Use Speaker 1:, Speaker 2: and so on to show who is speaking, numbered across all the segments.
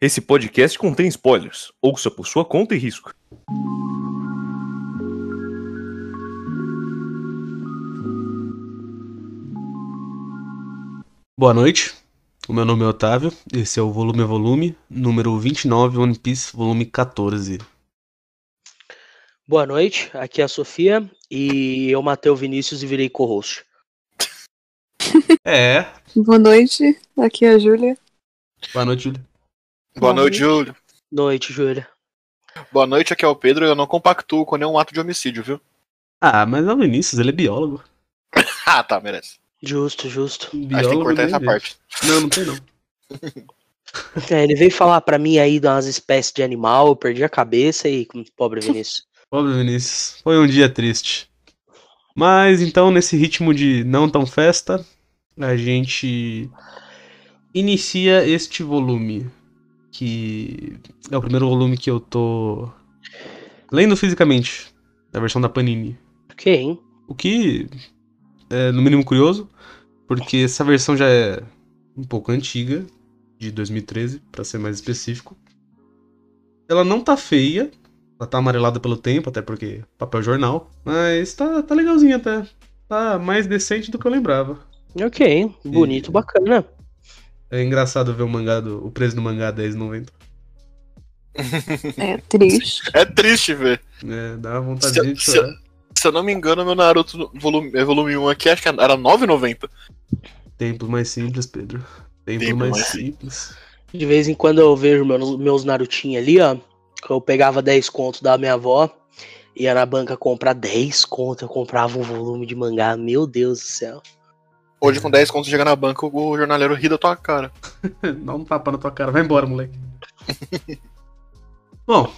Speaker 1: Esse podcast contém spoilers. Ouça por sua conta e risco.
Speaker 2: Boa noite, o meu nome é Otávio, esse é o Volume a Volume, número 29, One Piece, volume 14.
Speaker 3: Boa noite, aqui é a Sofia e eu matei o Vinícius e virei co-host.
Speaker 2: É,
Speaker 4: Boa noite, aqui é a Júlia.
Speaker 2: boa noite, Júlio.
Speaker 5: Boa
Speaker 4: Boa
Speaker 5: noite, Júlio.
Speaker 3: Noite, Júlia.
Speaker 5: Boa noite, aqui é o Pedro. Eu não compactuo com nenhum ato de homicídio, viu?
Speaker 2: Ah, mas é o Vinícius, ele é biólogo.
Speaker 5: Ah, tá, merece.
Speaker 3: Justo, justo.
Speaker 2: biólogo
Speaker 5: Acho que tem que cortar
Speaker 2: nem
Speaker 5: essa
Speaker 2: vê.
Speaker 5: parte.
Speaker 2: Não, não tem não.
Speaker 3: É, ele veio falar pra mim aí de umas espécies de animal, eu perdi a cabeça e pobre Vinícius.
Speaker 2: Pobre Vinícius, foi um dia triste. Mas então, nesse ritmo de não tão festa, a gente inicia este volume, que é o primeiro volume que eu tô lendo fisicamente, da versão da Panini.
Speaker 3: Ok, hein?
Speaker 2: O que é, no mínimo, curioso, porque essa versão já é um pouco antiga, de 2013, pra ser mais específico. Ela não tá feia, ela tá amarelada pelo tempo, até porque papel jornal, mas tá, tá legalzinha até. Tá mais decente do que eu lembrava.
Speaker 3: Ok, hein? Bonito,
Speaker 2: E-
Speaker 3: bacana.
Speaker 2: É engraçado ver o mangá do, o preço do mangá 10,90.
Speaker 4: É triste.
Speaker 5: É triste, velho.
Speaker 2: É, dá vontade de
Speaker 5: Se- se-
Speaker 2: chorar.
Speaker 5: Se eu não me engano, meu Naruto no- volume, é volume 1 aqui, acho que era 9,90.
Speaker 2: Tempos mais simples, Pedro. Tempos
Speaker 5: Tempos
Speaker 2: mais
Speaker 5: mais
Speaker 2: simples.
Speaker 3: De vez em quando eu vejo meus, meus Narutinhos ali, ó. que Eu pegava 10 conto da minha avó, ia na banca comprar 10 conto, eu comprava um volume de mangá, meu Deus do céu.
Speaker 5: Hoje, com 10 contos, chega na banca, o jornaleiro ri da tua cara.
Speaker 2: Dá um tapa na tua cara, vai embora, moleque. Bom,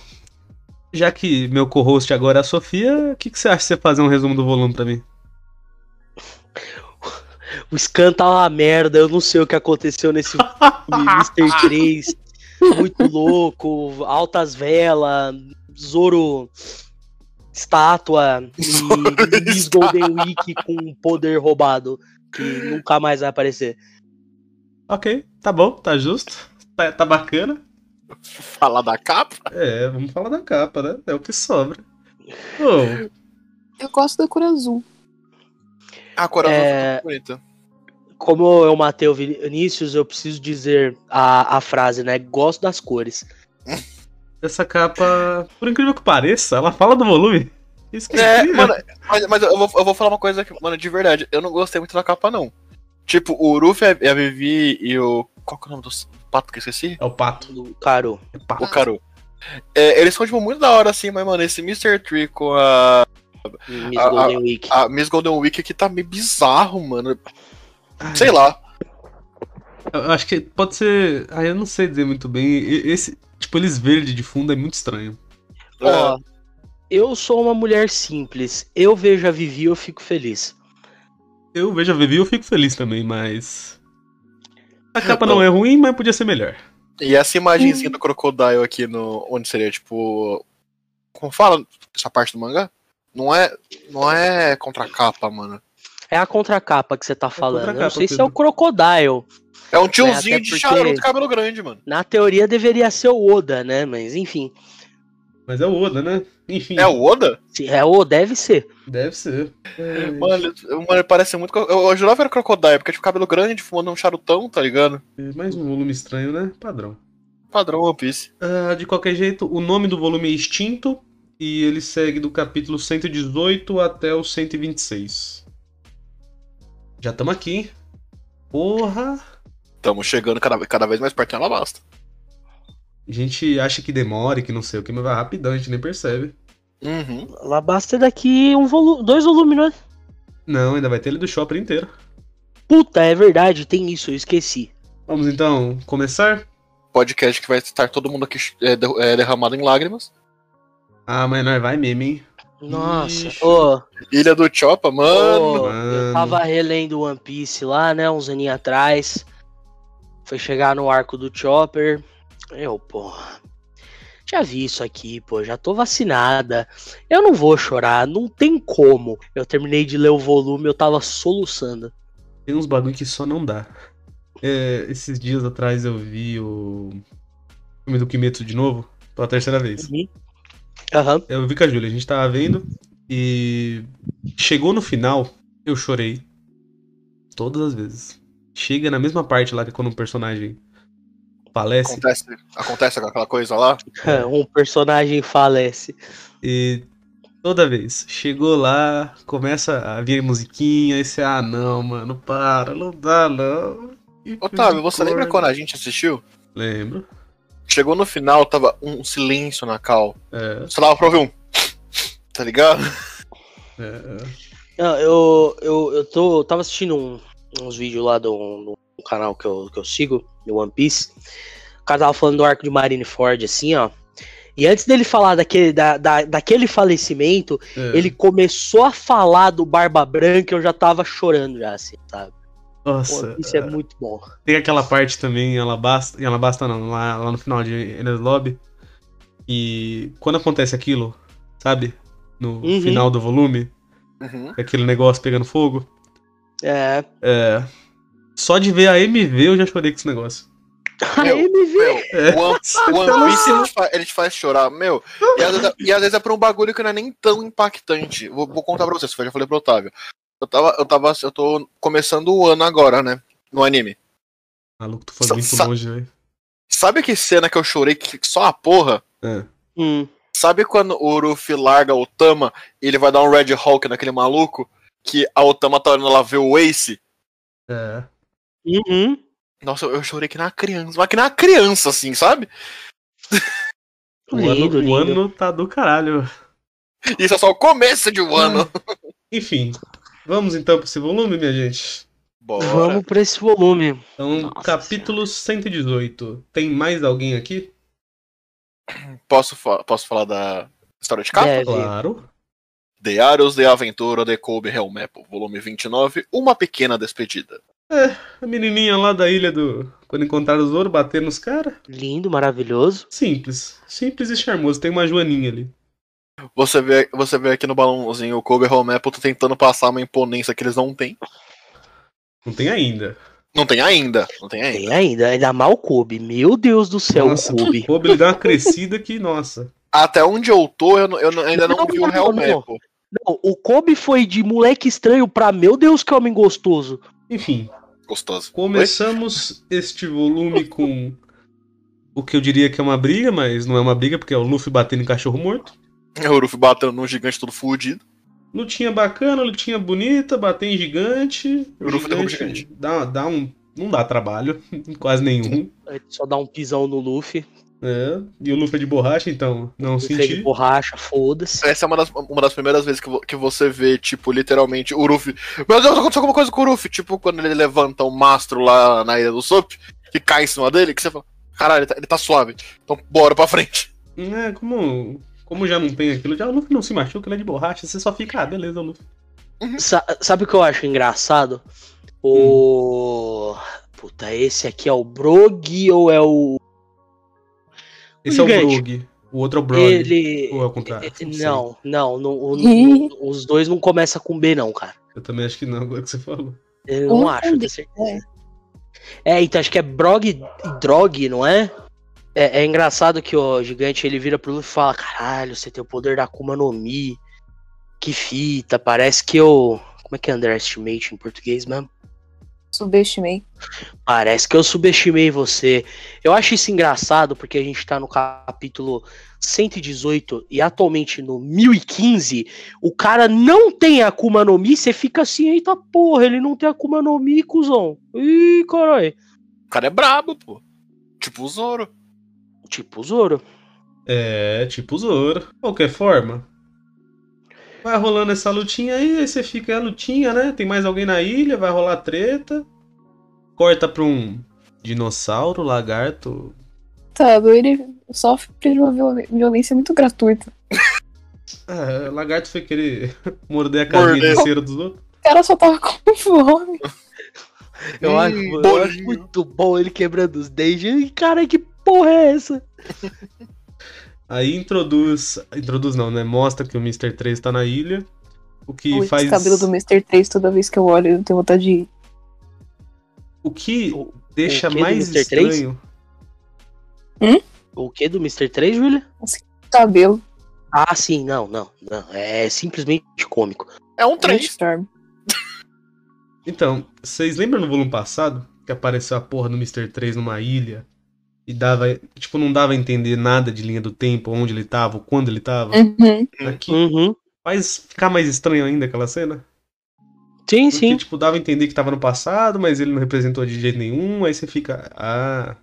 Speaker 2: já que meu co-host agora é a Sofia, o que, que você acha de você fazer um resumo do volume pra mim?
Speaker 3: O Scan tá uma merda, eu não sei o que aconteceu nesse filme, Mr. 3. Muito louco, altas velas, Zoro estátua e Miss Golden Week com um poder roubado, que nunca mais vai aparecer.
Speaker 2: Ok, tá bom, tá justo, tá, tá bacana.
Speaker 5: Falar da capa?
Speaker 2: É, vamos falar da capa, né? É o que sobra. Bom,
Speaker 4: Eu gosto da cor azul.
Speaker 5: Ah, A cor azul
Speaker 3: É.
Speaker 5: ficou bonita.
Speaker 3: Como eu matei o Vinícius, eu preciso dizer a, a frase, né? Gosto das cores.
Speaker 2: essa capa, por incrível que pareça, ela fala do volume. Isso que é,
Speaker 5: É,
Speaker 2: incrível.
Speaker 5: mano, mas, mas eu, vou, eu vou falar uma coisa que, mano, de verdade, eu não gostei muito da capa, não. Tipo, o Ruffy, a- a Vivi e o. Qual que é o nome do s- pato que eu esqueci?
Speaker 2: É o pato,
Speaker 3: Do Caro.
Speaker 2: é
Speaker 5: O
Speaker 2: pato.
Speaker 5: Karu. É, eles são, tipo, muito da hora, assim, mas, mano, esse Mr. Tree com a.
Speaker 3: Miss
Speaker 5: Ah, ah,
Speaker 3: Golden Week.
Speaker 5: A Miss Golden Week aqui tá meio bizarro, mano.
Speaker 2: Ai,
Speaker 5: Sei lá.
Speaker 2: Eu acho que pode ser, ah, eu não sei dizer muito bem, E- esse, tipo, eles verde de fundo é muito estranho.
Speaker 5: É,
Speaker 3: Ó, eu sou uma mulher simples. Eu vejo a Vivi, eu fico feliz.
Speaker 2: Eu vejo a Vivi e eu fico feliz também, mas. A capa
Speaker 5: Bom.
Speaker 2: não é ruim, mas podia ser melhor.
Speaker 5: E essa imagenzinha do Crocodile aqui no. Onde seria, tipo. Como fala essa parte do mangá? Não é. Não é contra capa, mano.
Speaker 3: É a contracapa que você tá falando. Eu não
Speaker 2: contracapa,
Speaker 3: sei se é o
Speaker 2: Pedro.
Speaker 3: Crocodile.
Speaker 5: É um tiozinho
Speaker 3: até
Speaker 5: de
Speaker 3: porque-
Speaker 5: charuto de cabelo grande, mano.
Speaker 3: Na teoria deveria ser o Oda, né? Mas enfim.
Speaker 2: Mas é o Oda, né? Enfim,
Speaker 5: É o Oda?
Speaker 3: Se é o deve ser.
Speaker 2: deve ser. É,
Speaker 5: Mano, mano, ele parece muito. Eu, eu jurava que era Crocodile, porque tipo, cabelo grande, fumando um charutão, tá ligado?
Speaker 2: É mais um volume estranho, né? Padrão.
Speaker 5: Padrão One Piece.
Speaker 2: Ah, de qualquer jeito, o nome do volume é Extinto e ele segue do capítulo 118 até o 126. Já estamos aqui, hein? Porra!
Speaker 5: Tamo chegando cada, cada vez mais perto de Alabasta.
Speaker 2: A gente acha que demora e que não sei o que, mas vai rapidão, a gente nem percebe.
Speaker 5: Uhum.
Speaker 3: Lá basta daqui um volu dois volumes, né?
Speaker 2: Não, ainda vai ter ele do shopping inteiro.
Speaker 3: Puta, é verdade, tem isso, eu esqueci.
Speaker 2: Vamos então começar?
Speaker 5: Podcast que vai estar todo mundo aqui é, der- é, derramado em lágrimas.
Speaker 2: Ah, mas nós vai mesmo, hein?
Speaker 3: Nossa,
Speaker 2: Ixi.
Speaker 3: ô,
Speaker 5: Ilha do Chopa, mano.
Speaker 3: ô,
Speaker 2: mano.
Speaker 3: eu tava relendo One Piece lá, né? Uns aninhos atrás. Foi chegar no arco do Chopper. Eu, porra. Já vi isso aqui, pô, já tô vacinada. Eu não vou chorar, não tem como. Eu terminei de ler o volume, eu tava soluçando.
Speaker 2: Tem uns bagulho que só não dá. É, esses dias atrás eu vi o filme do Kimetsu de novo, pela terceira vez.
Speaker 3: Uhum. Aham.
Speaker 2: Eu vi com a Júlia, a gente tava vendo e chegou no final, eu chorei. Todas as vezes. Chega na mesma parte lá que quando um personagem falece
Speaker 5: Acontece, acontece aquela coisa lá.
Speaker 3: Um personagem falece.
Speaker 2: e toda vez. Chegou lá, começa a vir musiquinha, e você, ah não, mano, para, não dá não. Que
Speaker 5: Otávio, você
Speaker 2: coisa.
Speaker 5: lembra quando a gente assistiu?
Speaker 2: Lembro.
Speaker 5: Chegou no final, tava um silêncio na cal.
Speaker 2: É,
Speaker 5: Sei lá, pra ouvir um. Tá ligado?
Speaker 2: é.
Speaker 3: Não, eu, eu, eu, tô, eu tava assistindo um- uns vídeos lá do, do canal que eu, que eu sigo, do One Piece. O cara tava falando do arco de Marineford, assim, ó. E antes dele falar daquele, da, da, daquele falecimento,
Speaker 2: é.
Speaker 3: ele começou a falar do Barba Branca e eu já tava chorando já, assim, sabe? Pô,
Speaker 2: Nossa,
Speaker 3: isso é muito bom.
Speaker 2: Tem aquela parte também em Alabasta, em Alabasta não, lá, lá no final de Enes Lobby. E quando acontece aquilo, sabe? No
Speaker 3: Uhum.
Speaker 2: final do volume,
Speaker 5: Uhum.
Speaker 2: aquele negócio pegando fogo.
Speaker 3: É.
Speaker 2: É. Só de ver a MV eu já chorei com esse negócio.
Speaker 3: A
Speaker 5: Meu,
Speaker 3: MV.
Speaker 5: Meu,
Speaker 2: É.
Speaker 5: One, One
Speaker 2: Tá
Speaker 5: Piece ele te, fa- ele te faz chorar, meu. E às, vezes, e às vezes é por um bagulho que não é nem tão impactante. Vou, vou contar pra vocês, eu já falei pro Otávio. Eu tava, eu tava, eu tô começando o ano agora, né? No anime.
Speaker 2: Maluco, tu foi
Speaker 5: Sa-
Speaker 2: muito
Speaker 5: sa-
Speaker 2: longe, velho.
Speaker 5: Sabe que cena que eu chorei que só a porra?
Speaker 2: É.
Speaker 3: Hum.
Speaker 5: Sabe quando o Luffy larga o Tama e ele vai dar um Red Hawk naquele maluco? Que a Otama tá olhando lá ver o Ace?
Speaker 2: É.
Speaker 3: Uhum.
Speaker 5: Nossa, eu eu chorei que na criança, mas que na criança, assim, sabe?
Speaker 2: O, ano,
Speaker 3: Lindo,
Speaker 2: o
Speaker 3: lindo.
Speaker 2: ano tá do caralho.
Speaker 5: Isso é só o começo de
Speaker 3: Hum.
Speaker 5: um ano.
Speaker 2: Enfim, vamos então pra esse volume, minha gente.
Speaker 5: Bora.
Speaker 3: Vamos pra esse volume.
Speaker 2: Então,
Speaker 3: Nossa
Speaker 2: capítulo 118. Tem mais alguém aqui?
Speaker 5: Posso, fa- posso falar da história de capa?
Speaker 3: Deve.
Speaker 2: Claro.
Speaker 5: Diários de Aventura de Kobe Helmepo, volume 29, Uma Pequena Despedida.
Speaker 2: A menininha lá da ilha do. Quando encontraram o Zoro, bater nos caras.
Speaker 3: Lindo, maravilhoso.
Speaker 2: Simples. Simples e charmoso. Tem uma joaninha ali.
Speaker 5: Você vê, você vê aqui no balãozinho o Kobe Helmepo tá tentando passar uma imponência que eles não têm.
Speaker 2: Não tem ainda.
Speaker 5: Não tem ainda, não tem ainda.
Speaker 3: Tem ainda, ainda mal o Kobe. Meu Deus do céu,
Speaker 2: nossa,
Speaker 3: o Kobe.
Speaker 2: Kobe, ele dá uma crescida que, nossa.
Speaker 5: Até onde eu tô, eu, não- eu não- ainda não,
Speaker 3: Não,
Speaker 5: vi um
Speaker 3: não,
Speaker 5: o
Speaker 3: não,
Speaker 5: Helmepo.
Speaker 3: Não, o Kobe foi de moleque estranho pra meu Deus, que homem gostoso.
Speaker 2: Enfim,
Speaker 5: Gostoso.
Speaker 2: começamos este volume com o que eu diria que é uma briga, mas não é uma briga, porque é o Luffy batendo em cachorro morto.
Speaker 5: Oi? É O Ruffy batendo num gigante todo fudido.
Speaker 2: Lutinha bacana, lutinha bonita, bater em gigante.
Speaker 5: O Luffy derruba o gigante.
Speaker 2: Dá, dá um. Não dá trabalho, quase nenhum.
Speaker 3: Aí Só dá um pisão no Luffy.
Speaker 2: É, E o Luffy é de borracha, então não
Speaker 3: Luffy é de
Speaker 2: senti.
Speaker 3: borracha, foda-se.
Speaker 5: Essa é uma das, uma das primeiras vezes que, vo- que você vê, tipo, literalmente, o Ruffy. Meu Deus, aconteceu alguma coisa com o Ruffy. Tipo, quando ele levanta um mastro lá na ilha do Sop, que cai em cima dele, que você fala: caralho, ele tá, ele tá suave. Então, bora pra frente.
Speaker 2: É, como, como já não tem aquilo, já o Luffy não se machuca, ele é de borracha, você só fica, ah, beleza, o Luffy.
Speaker 3: Sa- sabe o que eu acho engraçado? O.
Speaker 2: Hum.
Speaker 3: Puta, esse aqui é o Brog ou é o.
Speaker 2: Esse é o
Speaker 3: Gigante.
Speaker 2: Brog, o outro é o Brog.
Speaker 3: Ele.
Speaker 2: Ou é o contrário?
Speaker 3: Eh,
Speaker 2: sei.
Speaker 3: Não, não, não, o-
Speaker 4: Ih.
Speaker 3: o- os dois não começa com B, não, cara.
Speaker 2: Eu também acho que não, agora que você falou.
Speaker 3: Eu
Speaker 4: Um
Speaker 3: não
Speaker 4: com
Speaker 3: acho, eu
Speaker 4: B,
Speaker 3: tenho certeza. É, então acho que é Brog e Drog, não é? é? é engraçado que o gigante ele vira pro Luffy e fala: Caralho, você tem o poder da Akuma no Mi. Que fita, parece que eu. Como é que é underestimate em português mesmo?
Speaker 4: Subestimei.
Speaker 3: Parece que eu subestimei você. Eu acho isso engraçado porque a gente tá no capítulo 118 e atualmente no 1015. O cara não tem Akuma no Mi, você fica assim, eita porra, ele não tem Akuma no Mi, cuzão. Ih, caralho.
Speaker 5: O cara é brabo, pô. Tipo o Zoro.
Speaker 3: Tipo o Zoro.
Speaker 2: É, tipo o Zoro. Qualquer forma. Vai rolando essa lutinha aí, aí você fica, é a lutinha, né? Tem mais alguém na ilha, vai rolar treta. Corta pra um dinossauro, lagarto.
Speaker 4: Tá, mas ele sofre de uma viol- violência muito gratuita.
Speaker 2: Ah, o lagarto foi querer morder a carinha
Speaker 5: Mordeu.
Speaker 2: de cera dos outros.
Speaker 4: O cara só tava com fome.
Speaker 3: Eu,
Speaker 5: Hum,
Speaker 3: acho, eu
Speaker 5: bolinho.
Speaker 3: acho muito bom ele quebrando os dentes. Ih, Cara, que porra é essa?
Speaker 2: Aí introduz. Introduz não, né? Mostra que o Mr. 3 tá na ilha. O que
Speaker 4: Esse
Speaker 2: faz.
Speaker 4: cabelo do Mr. 3 toda vez que eu olho, eu tenho vontade de ir.
Speaker 2: O que
Speaker 3: O-
Speaker 2: deixa
Speaker 3: o quê do
Speaker 2: mais
Speaker 3: Mr. Três?
Speaker 2: estranho.
Speaker 4: Hum?
Speaker 3: O que do Mr. 3, Julia?
Speaker 4: Cabelo.
Speaker 3: Ah, sim, não, não, não. É simplesmente cômico.
Speaker 5: É um 3.
Speaker 4: Brainstorm.
Speaker 2: Então, vocês lembram no volume passado que apareceu a porra do Mr. 3 numa ilha e dava, tipo, não dava a entender nada de linha do tempo, onde ele tava, ou quando ele tava?
Speaker 4: Uhum.
Speaker 2: Aqui
Speaker 3: Uhum.
Speaker 2: faz ficar mais estranho ainda aquela cena.
Speaker 3: Sim,
Speaker 2: Porque,
Speaker 3: sim.
Speaker 2: tipo, dava a entender que tava no passado, mas ele não representou de jeito nenhum, aí você fica, ah,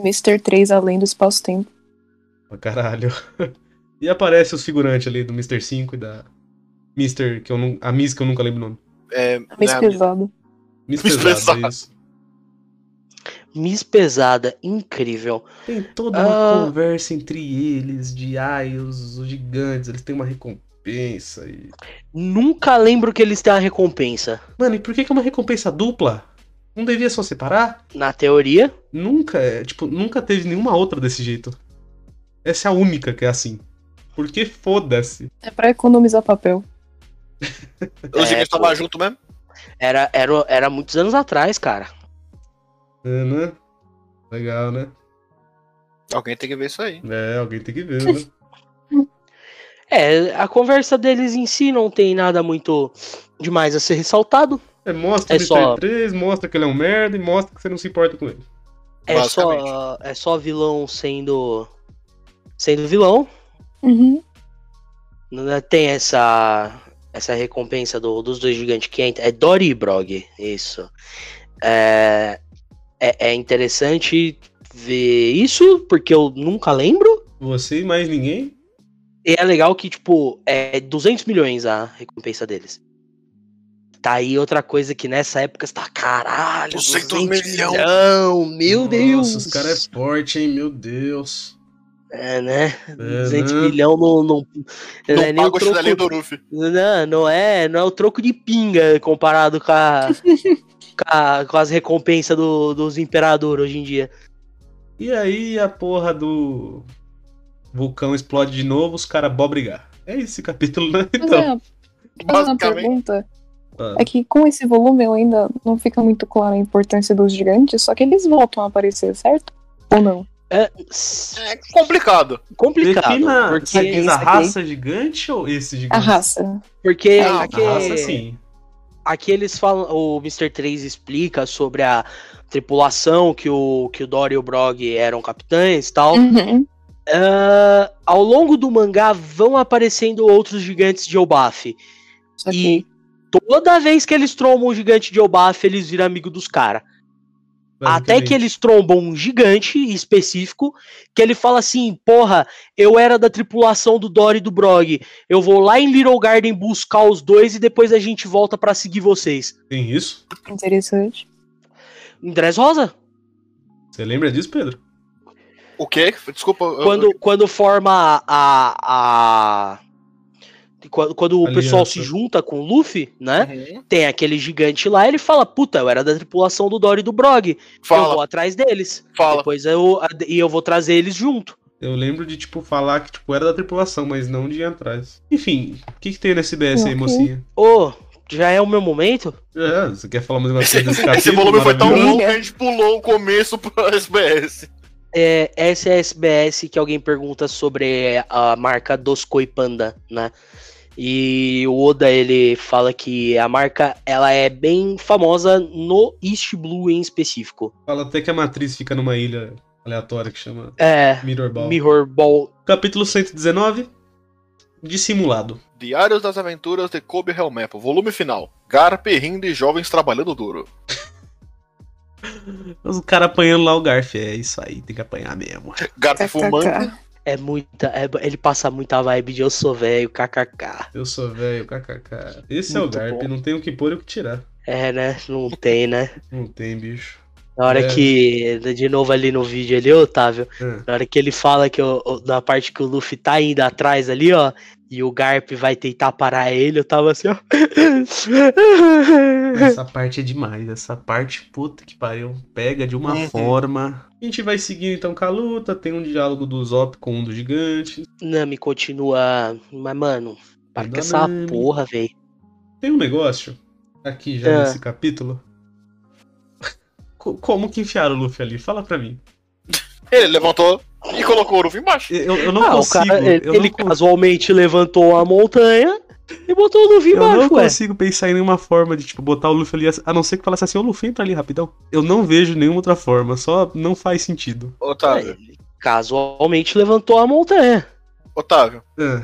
Speaker 4: Mr. 3 além do espaço-tempo.
Speaker 2: pra caralho. e aparece os figurantes ali do Mr. 5 e da Mr. que eu não, a Miss que eu nunca lembro o nome.
Speaker 5: É,
Speaker 3: tá
Speaker 4: Mais
Speaker 5: né,
Speaker 4: pesado.
Speaker 2: Miss
Speaker 5: Miss
Speaker 2: Pesado,
Speaker 5: Pesado.
Speaker 2: isso.
Speaker 3: Miss Pesada, incrível.
Speaker 2: Tem toda uma
Speaker 3: Ah.
Speaker 2: conversa entre eles, de ai, os, os gigantes, eles têm uma recompensa. E...
Speaker 3: Nunca lembro que eles têm a recompensa.
Speaker 2: Mano, e por que, que é uma recompensa dupla? Não devia só separar?
Speaker 3: Na teoria,
Speaker 2: Nunca, é, tipo, nunca teve nenhuma outra desse jeito. Essa é a única que é assim. Porque foda-se.
Speaker 4: É pra economizar papel.
Speaker 5: Os
Speaker 3: É,
Speaker 5: gigantes
Speaker 3: pô.
Speaker 5: estavam junto mesmo?
Speaker 3: era, era, era muitos anos atrás, cara.
Speaker 2: É, né? Legal, né?
Speaker 5: Alguém tem que ver isso aí.
Speaker 2: É, alguém tem que ver, né?
Speaker 3: É, a conversa deles em si não tem nada muito demais a ser ressaltado.
Speaker 2: É, mostra
Speaker 3: É
Speaker 2: o Mr.
Speaker 3: só-
Speaker 2: 3, mostra que ele é um merda e mostra que você não se importa com ele.
Speaker 3: É só, é só vilão sendo. sendo vilão.
Speaker 4: Uhum.
Speaker 3: Né? Tem essa. essa recompensa do- dos dois gigantes que é, é Dory e Brog. Isso. É, é, é interessante ver isso, porque eu nunca lembro.
Speaker 2: Você e mais ninguém?
Speaker 3: E é legal que, tipo, é 200 milhões a recompensa deles. Tá aí outra coisa que nessa época você tá, caralho,
Speaker 5: 200 milhão.
Speaker 3: é, milhão, meu
Speaker 2: Nossa,
Speaker 3: Deus.
Speaker 2: Os cara é forte, hein? Meu Deus.
Speaker 3: É, né?
Speaker 2: É,
Speaker 3: 200
Speaker 2: né?
Speaker 3: milhão não, não,
Speaker 5: Não
Speaker 3: é nem o
Speaker 5: paga o
Speaker 3: troco,
Speaker 5: chinelinho do Ruffy.
Speaker 3: não, não é, não é o troco de pinga comparado com, a, com, a- com as recompensas do- dos imperadores hoje em dia.
Speaker 2: E aí a porra do vulcão explode de novo, os caras bó brigar. É esse capítulo, né?
Speaker 4: Mas
Speaker 2: Então,
Speaker 4: é, fazer uma
Speaker 5: Basicamente.
Speaker 4: pergunta.
Speaker 2: Ah.
Speaker 4: É que com esse volume eu ainda não fica muito clara a importância dos gigantes, só que eles voltam a aparecer, certo? Ou não?
Speaker 3: S-
Speaker 5: É complicado.
Speaker 3: Complicado.
Speaker 2: defina
Speaker 3: Porque,
Speaker 2: você diz a
Speaker 4: Esse aqui.
Speaker 2: raça gigante ou esse
Speaker 4: A
Speaker 2: gigante?
Speaker 4: raça.
Speaker 3: porque
Speaker 5: Não,
Speaker 2: A
Speaker 3: aqui- é
Speaker 2: raça, sim.
Speaker 3: Aqui eles falam, o Mr. 3 explica sobre a tripulação que o, que o Dory e o Brog eram capitães e tal.
Speaker 4: Uhum.
Speaker 3: Ah, ao longo do mangá vão aparecendo outros gigantes de Obaf.
Speaker 4: Só
Speaker 3: E
Speaker 4: que
Speaker 3: toda vez que eles trombam um gigante de Obaf, eles viram amigo dos caras. Até que eles trombam um gigante específico, que ele fala assim: porra, eu era da tripulação do Dory e do Brog. Eu vou lá em Little Garden buscar os dois e depois a gente volta pra seguir vocês.
Speaker 2: Tem isso?
Speaker 4: interessante.
Speaker 3: Em Dress Rosa?
Speaker 2: Você lembra disso, Pedro?
Speaker 5: O quê? Desculpa. eu-
Speaker 3: quando, quando forma a. a... Quando, quando o
Speaker 2: Aliança.
Speaker 3: pessoal se junta com o Luffy, né?
Speaker 5: Uhum.
Speaker 3: Tem aquele gigante lá, ele fala: Puta, eu era da tripulação do Dory e do Brog. Eu vou
Speaker 5: Fala,
Speaker 3: atrás deles.
Speaker 5: fala.
Speaker 3: Depois eu. E eu vou trazer eles junto.
Speaker 2: Eu lembro de, tipo, falar que tipo, era da tripulação, mas não de atrás. Enfim, o que, que tem nesse BS aí,
Speaker 4: Ok.
Speaker 2: mocinha?
Speaker 3: Ô, já é o meu momento?
Speaker 2: É, você quer falar mais uma
Speaker 5: Esse,
Speaker 2: coisa desse capítulo?
Speaker 5: esse volume foi tão
Speaker 2: maravilhoso?
Speaker 5: longo que a gente pulou o começo pro SBS.
Speaker 3: É, essa é a SBS que alguém pergunta sobre a marca dos Koi Panda, né? E o Oda ele fala que a marca ela é bem famosa no East Blue em específico.
Speaker 2: Fala até que a matriz fica numa ilha aleatória que chama
Speaker 3: É,
Speaker 2: Mirror Ball.
Speaker 3: Mirror Ball.
Speaker 2: Capítulo 119, dissimulado.
Speaker 5: Diários das Aventuras de Kobe Hellmap, volume final. Garp rindo e jovens trabalhando duro.
Speaker 2: Os caras apanhando lá o Garf, é isso aí, tem que apanhar mesmo.
Speaker 3: tipo
Speaker 5: Garp
Speaker 3: um
Speaker 5: fumando.
Speaker 4: KKK.
Speaker 3: É muita. é- ele passa muita vibe de eu sou velho, kkk.
Speaker 2: Eu sou velho, kkk. Esse
Speaker 3: Muito
Speaker 2: é o Garp,
Speaker 3: bom.
Speaker 2: não tem o que pôr e o que tirar.
Speaker 3: É, né? Não tem, né?
Speaker 2: Não tem, bicho.
Speaker 3: Na hora
Speaker 2: É.
Speaker 3: que. De novo ali no vídeo ali, Otávio.
Speaker 2: É.
Speaker 3: Na hora que ele fala que o- o- da parte que o Luffy tá indo atrás ali, ó. E o Garp vai tentar parar ele, eu tava assim, ó.
Speaker 2: Essa parte é demais, essa parte, puta que pariu, pega de uma
Speaker 3: É.
Speaker 5: Uhum.
Speaker 2: forma. A gente vai seguir então com a luta, tem um diálogo do Zop com um dos gigantes.
Speaker 3: Nami continua. Mas, mano, para com essa
Speaker 2: Nami.
Speaker 3: porra, velho.
Speaker 2: Tem um negócio, aqui já
Speaker 3: É.
Speaker 2: nesse capítulo. Co- Como que enfiaram o Luffy ali? Fala pra mim.
Speaker 5: Ele levantou, E colocou o Uruf embaixo.
Speaker 2: Eu, eu não
Speaker 3: ah,
Speaker 2: consigo.
Speaker 3: o cara, ele,
Speaker 2: eu
Speaker 3: ele
Speaker 2: não, con-
Speaker 3: casualmente levantou uma montanha e botou o Luffy
Speaker 2: eu não
Speaker 3: embaixo, ué.
Speaker 2: consigo pensar em nenhuma forma de, tipo, botar o Luffy ali, a não ser que falasse assim, ô Luffy, entra ali rapidão. Eu não vejo nenhuma outra forma, só não faz sentido.
Speaker 5: Otávio,
Speaker 3: Ele É, casualmente levantou a montanha.
Speaker 5: Otávio,
Speaker 2: É.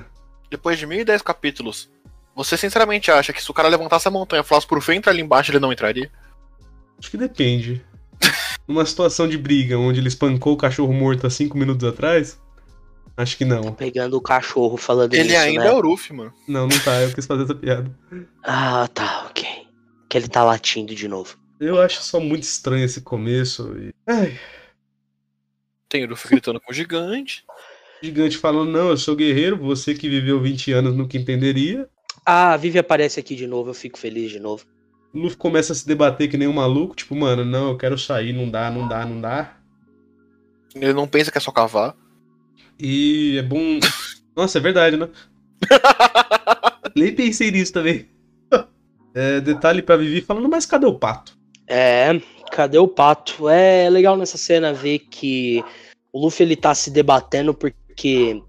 Speaker 5: depois de 1010 capítulos, você sinceramente acha que se o cara levantasse a montanha e falasse pro Fê entrar ali embaixo, ele não entraria?
Speaker 2: Acho que depende. Numa situação de briga onde ele espancou o cachorro morto há cinco minutos atrás, acho que não.
Speaker 3: Pegando o cachorro falando
Speaker 5: Ele
Speaker 3: isso,
Speaker 5: ainda
Speaker 3: né?
Speaker 5: é o Ruffy, mano.
Speaker 2: Não, não tá. Eu quis fazer essa piada.
Speaker 3: Ah, tá, ok. Que ele tá latindo de novo.
Speaker 2: Eu acho só muito estranho esse começo. E... Ai,
Speaker 5: Tem o Ruffy gritando com o gigante.
Speaker 2: gigante falando, não, eu sou guerreiro, você que viveu 20 anos nunca entenderia.
Speaker 3: Ah, a Vivi aparece aqui de novo, eu fico feliz de novo.
Speaker 2: O Luffy começa a se debater que nem um maluco, tipo, mano, não, eu quero sair, não dá, não dá, não dá.
Speaker 5: Ele não pensa que é só cavar.
Speaker 2: E é bom. Nossa, é verdade, né? Nem pensei nisso também. É, detalhe pra Vivi falando, mas cadê o pato?
Speaker 3: É, cadê o pato? É legal nessa cena ver que o Luffy ele tá se debatendo porque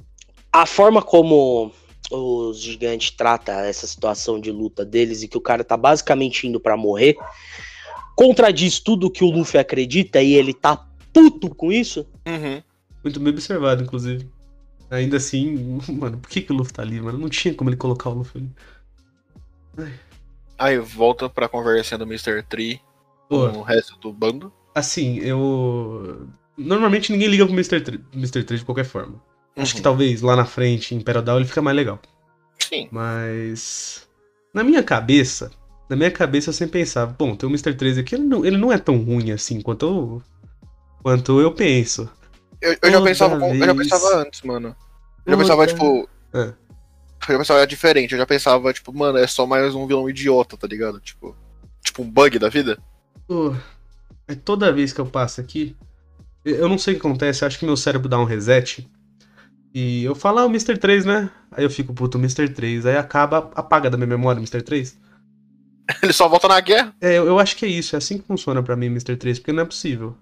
Speaker 3: a forma como os gigantes trata essa situação de luta deles e que o cara tá basicamente indo pra morrer contradiz tudo que o Luffy acredita e ele tá puto com isso.
Speaker 5: Uhum.
Speaker 2: Muito bem observado, inclusive. Ainda assim, mano, por que, que o Luffy tá ali, mano? Não tinha como ele colocar o Luffy ali.
Speaker 5: Aí volta pra conversinha do Mr. Tree
Speaker 2: Pô,
Speaker 5: com o resto do bando.
Speaker 2: Assim, eu. Normalmente ninguém liga pro Mr. 3, Mr. 3 de qualquer forma. Acho que
Speaker 5: Uhum.
Speaker 2: talvez lá na frente, em Imperial Down, ele fica mais legal.
Speaker 5: Sim.
Speaker 2: Mas. Na minha cabeça, na minha cabeça eu sempre pensava, bom, tem o Mr. 3 aqui, ele não, ele não é tão ruim assim quanto eu, quanto eu penso.
Speaker 5: Eu, eu já
Speaker 2: Toda
Speaker 5: pensava com- eu já
Speaker 2: vez.
Speaker 5: pensava antes, mano. Eu já
Speaker 2: Toda-
Speaker 5: pensava, tipo.
Speaker 2: É.
Speaker 5: Eu já pensava diferente, eu já pensava, tipo, mano, é só mais um vilão idiota, tá ligado? Tipo. Tipo um bug da vida.
Speaker 2: Pô, é toda vez que eu passo aqui, eu eu não sei o que acontece, eu acho que meu cérebro dá um reset. E eu falo, ah, o Mr. 3, né? Aí eu fico, puto, Mr. 3. Aí acaba, apaga da minha memória o Mr. 3.
Speaker 5: Ele só volta na guerra.
Speaker 2: É, eu, eu acho que é isso. É assim que funciona pra mim, Mr. 3, porque não é possível.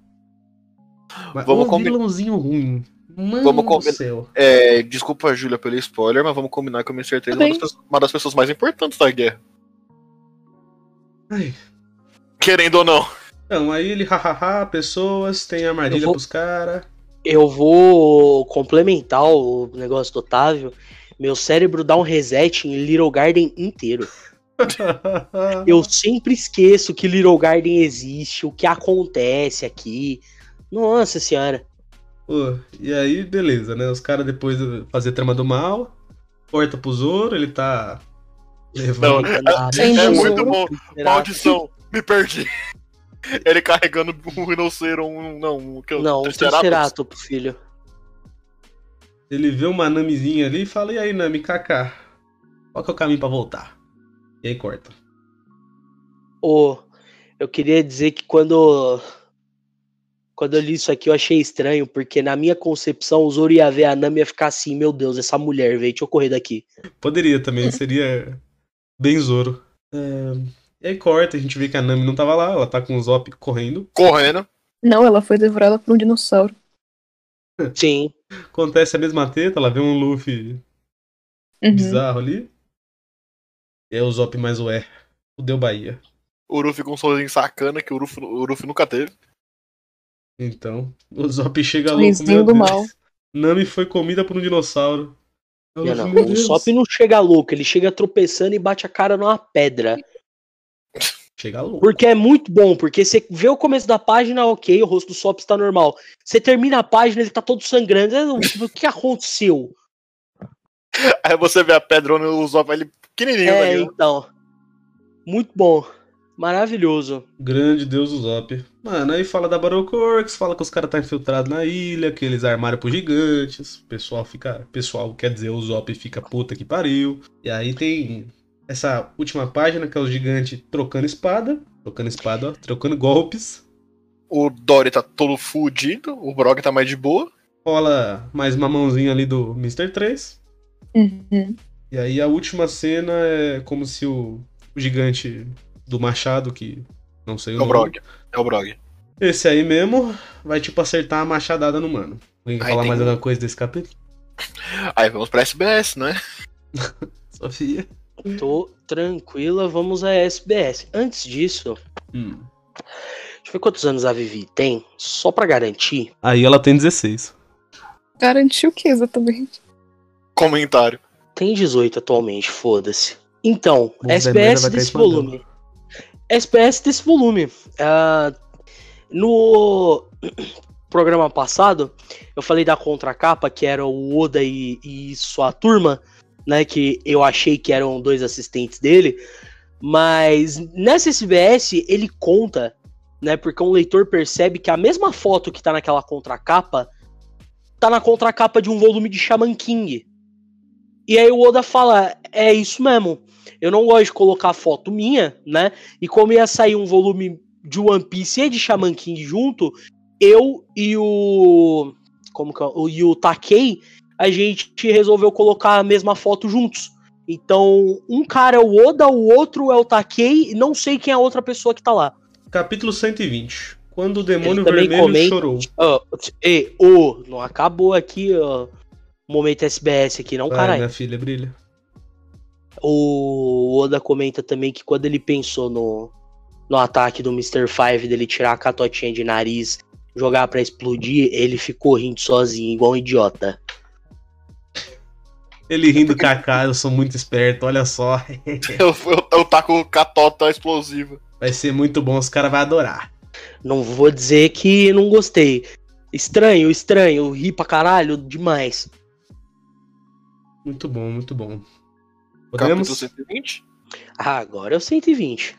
Speaker 2: Mas
Speaker 5: Vamos
Speaker 2: um
Speaker 5: combi-
Speaker 2: vilãozinho ruim. Mano
Speaker 5: Vamos
Speaker 2: do
Speaker 5: combi-
Speaker 2: céu.
Speaker 5: É, desculpa, Júlia, pelo spoiler, mas vamos combinar que o Mr. 3 é uma das,
Speaker 4: Tudo
Speaker 5: pessoas- uma das pessoas mais importantes da guerra.
Speaker 2: Ai.
Speaker 5: Querendo ou não.
Speaker 2: Então, aí ele, hahaha, pessoas, tem armadilha
Speaker 3: Eu vou-
Speaker 2: pros caras.
Speaker 3: Eu vou complementar o negócio do Otávio. Meu cérebro dá um reset em Little Garden inteiro. Eu sempre esqueço que Little Garden existe, o que acontece aqui. Nossa senhora.
Speaker 2: Pô, e aí, beleza, né? Os caras depois fazer trama do mal, corta pro Zoro, ele tá
Speaker 3: né?
Speaker 2: levando.
Speaker 4: Sem
Speaker 5: É
Speaker 4: Sim.
Speaker 5: muito bom. Maldição, me perdi. Ele carregando um rinoceiro, um. Não, um. que é o
Speaker 3: Não, o
Speaker 5: Triceratops.
Speaker 3: Triceratops, filho.
Speaker 2: Ele vê uma Namizinha ali e fala, e aí, Nami, kaká, qual que é o caminho pra voltar? E aí corta.
Speaker 3: Ô, eu queria dizer que quando. Quando eu li isso aqui, eu achei estranho, porque na minha concepção, o Zoro ia ver a Nami e ia ficar assim: meu Deus, essa mulher, veio, deixa eu correr daqui.
Speaker 2: Poderia também, seria bem Zoro. É, E aí corta, a gente vê que a Nami não tava lá, ela tá com o Zop correndo.
Speaker 5: Correndo.
Speaker 4: Não, ela foi devorada por um dinossauro.
Speaker 3: Sim.
Speaker 2: Acontece a mesma treta, ela vê um Luffy
Speaker 4: Uhum.
Speaker 2: bizarro ali. E aí o Zop mais o E. Fudeu Bahia.
Speaker 5: O Uruf com um sorrisinho sacana que o Uruf, o Uruf nunca teve.
Speaker 2: Então, o Zop chega louco,
Speaker 4: Sorrisinho
Speaker 2: meu
Speaker 4: do
Speaker 2: Deus.
Speaker 4: mal.
Speaker 2: Nami foi comida por um dinossauro. Eu
Speaker 3: Não,
Speaker 2: falo,
Speaker 3: não,
Speaker 2: meu
Speaker 3: O
Speaker 2: Deus.
Speaker 3: Sop não chega louco, ele chega tropeçando e bate a cara numa pedra.
Speaker 2: Chega louco.
Speaker 3: Porque é muito bom, porque você vê o começo da página, ok, o rosto do Sop está normal. Você termina a página, ele tá todo sangrando. é, O o que aconteceu?
Speaker 5: Aí você vê a pedrona e o Zop ele pequenininho
Speaker 3: É,
Speaker 5: ali.
Speaker 3: então. Muito bom. Maravilhoso.
Speaker 2: Grande Deus do Zop. Mano, aí fala da Barocorx, fala que os caras tá infiltrado na ilha, que eles armaram pros gigantes. O pessoal fica. Pessoal, quer dizer, o Zop fica puta que pariu. E aí tem essa última página que é os gigantes trocando espada. Trocando espada, ó, trocando golpes.
Speaker 5: O Dory tá todo fudido, o Brog tá mais de boa.
Speaker 2: Rola mais uma mãozinha ali do Mr. 3.
Speaker 4: Uhum.
Speaker 2: E aí a última cena é como se o, o gigante do Machado, que não sei
Speaker 5: É
Speaker 2: o
Speaker 5: o
Speaker 2: nome.
Speaker 5: Brog. É o Brog.
Speaker 2: Esse aí mesmo vai tipo acertar a machadada no mano. Alguém quer
Speaker 5: Aí
Speaker 2: falar
Speaker 5: tem
Speaker 2: mais
Speaker 5: um-
Speaker 2: alguma coisa desse capítulo?
Speaker 5: Aí vamos pra SBS, né?
Speaker 2: Sofia.
Speaker 3: Tô tranquila, vamos à SBS. Antes disso,
Speaker 2: Hum.
Speaker 3: deixa eu ver quantos anos a Vivi tem, só pra garantir.
Speaker 2: Aí ela tem 16.
Speaker 4: Garantiu o que exatamente?
Speaker 5: Comentário.
Speaker 3: Tem 18 atualmente, foda-se. Então,
Speaker 2: Bom, daí
Speaker 3: SBS
Speaker 2: vai
Speaker 3: desse
Speaker 2: estar expandando.
Speaker 3: volume. SBS desse volume. Ah, no programa passado, eu falei da contracapa, que era o Oda e, e sua turma, né? Que eu achei que eram dois assistentes dele. Mas nessa SBS, ele conta, né? Porque um leitor percebe que a mesma foto que tá naquela contracapa tá na contracapa de um volume de Shaman King. E aí o Oda fala: é isso mesmo. Eu não gosto de colocar foto minha, né? E como ia sair um volume de One Piece e de Shaman King junto, eu e o. Como que é? O- E o Takei, a gente resolveu colocar a mesma foto juntos. Então, um cara é o Oda, o outro é o Takei, e não sei quem é a outra pessoa que tá lá.
Speaker 2: Capítulo 120. Quando o demônio
Speaker 3: Ele também
Speaker 2: vermelho
Speaker 3: comenta-
Speaker 2: chorou.
Speaker 3: Ó, e, ô, não acabou aqui, ó. Momento SBS aqui, não,
Speaker 2: Vai,
Speaker 3: um caralho.
Speaker 2: Ah, minha filha, brilha.
Speaker 3: O Oda comenta também que quando ele pensou no, no ataque do Mr. Five, dele tirar a catotinha de nariz, jogar pra explodir, ele ficou rindo sozinho, igual um idiota.
Speaker 2: Ele rindo cacá, eu sou muito esperto, olha só.
Speaker 5: Eu, eu, eu taco catota explosiva.
Speaker 2: Vai ser muito bom, os caras vão adorar.
Speaker 3: Não vou dizer que não gostei. Estranho, estranho, ri pra caralho, demais.
Speaker 2: Muito bom, muito bom.
Speaker 5: Capítulo
Speaker 2: Podemos?
Speaker 5: 120?
Speaker 3: Ah, agora é o 120.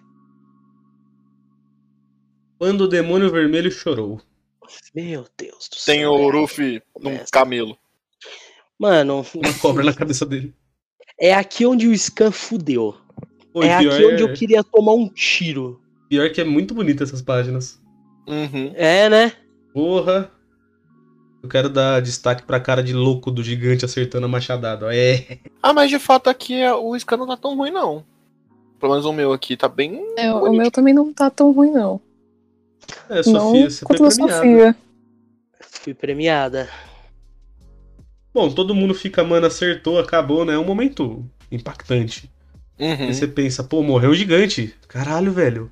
Speaker 2: Quando o demônio vermelho chorou.
Speaker 3: Meu Deus do céu.
Speaker 5: Tem o Ruffy num camelo.
Speaker 3: Mano,
Speaker 2: Uma cobra na cabeça dele.
Speaker 3: é aqui onde o Scan fudeu.
Speaker 2: Pô, e
Speaker 3: É
Speaker 2: pior,
Speaker 3: aqui onde eu queria tomar um tiro.
Speaker 2: pior que é muito bonita essas páginas.
Speaker 5: Uhum.
Speaker 3: É, né?
Speaker 2: Porra! Eu quero dar destaque pra cara de louco do gigante acertando a machadada. ó. É.
Speaker 5: Ah, mas de fato aqui é- o Scan não tá tão ruim, não. Pelo menos o meu aqui tá bem.
Speaker 4: É, o meu também não tá tão ruim, não.
Speaker 2: É,
Speaker 4: não
Speaker 2: Sofia, você foi
Speaker 4: quanto da
Speaker 2: premiada.
Speaker 4: Sofia.
Speaker 3: Fui premiada.
Speaker 2: Bom, todo mundo fica, mano, acertou, acabou, né? É um momento impactante.
Speaker 5: Uhum.
Speaker 2: Aí você pensa, pô, morreu o gigante. Caralho, velho.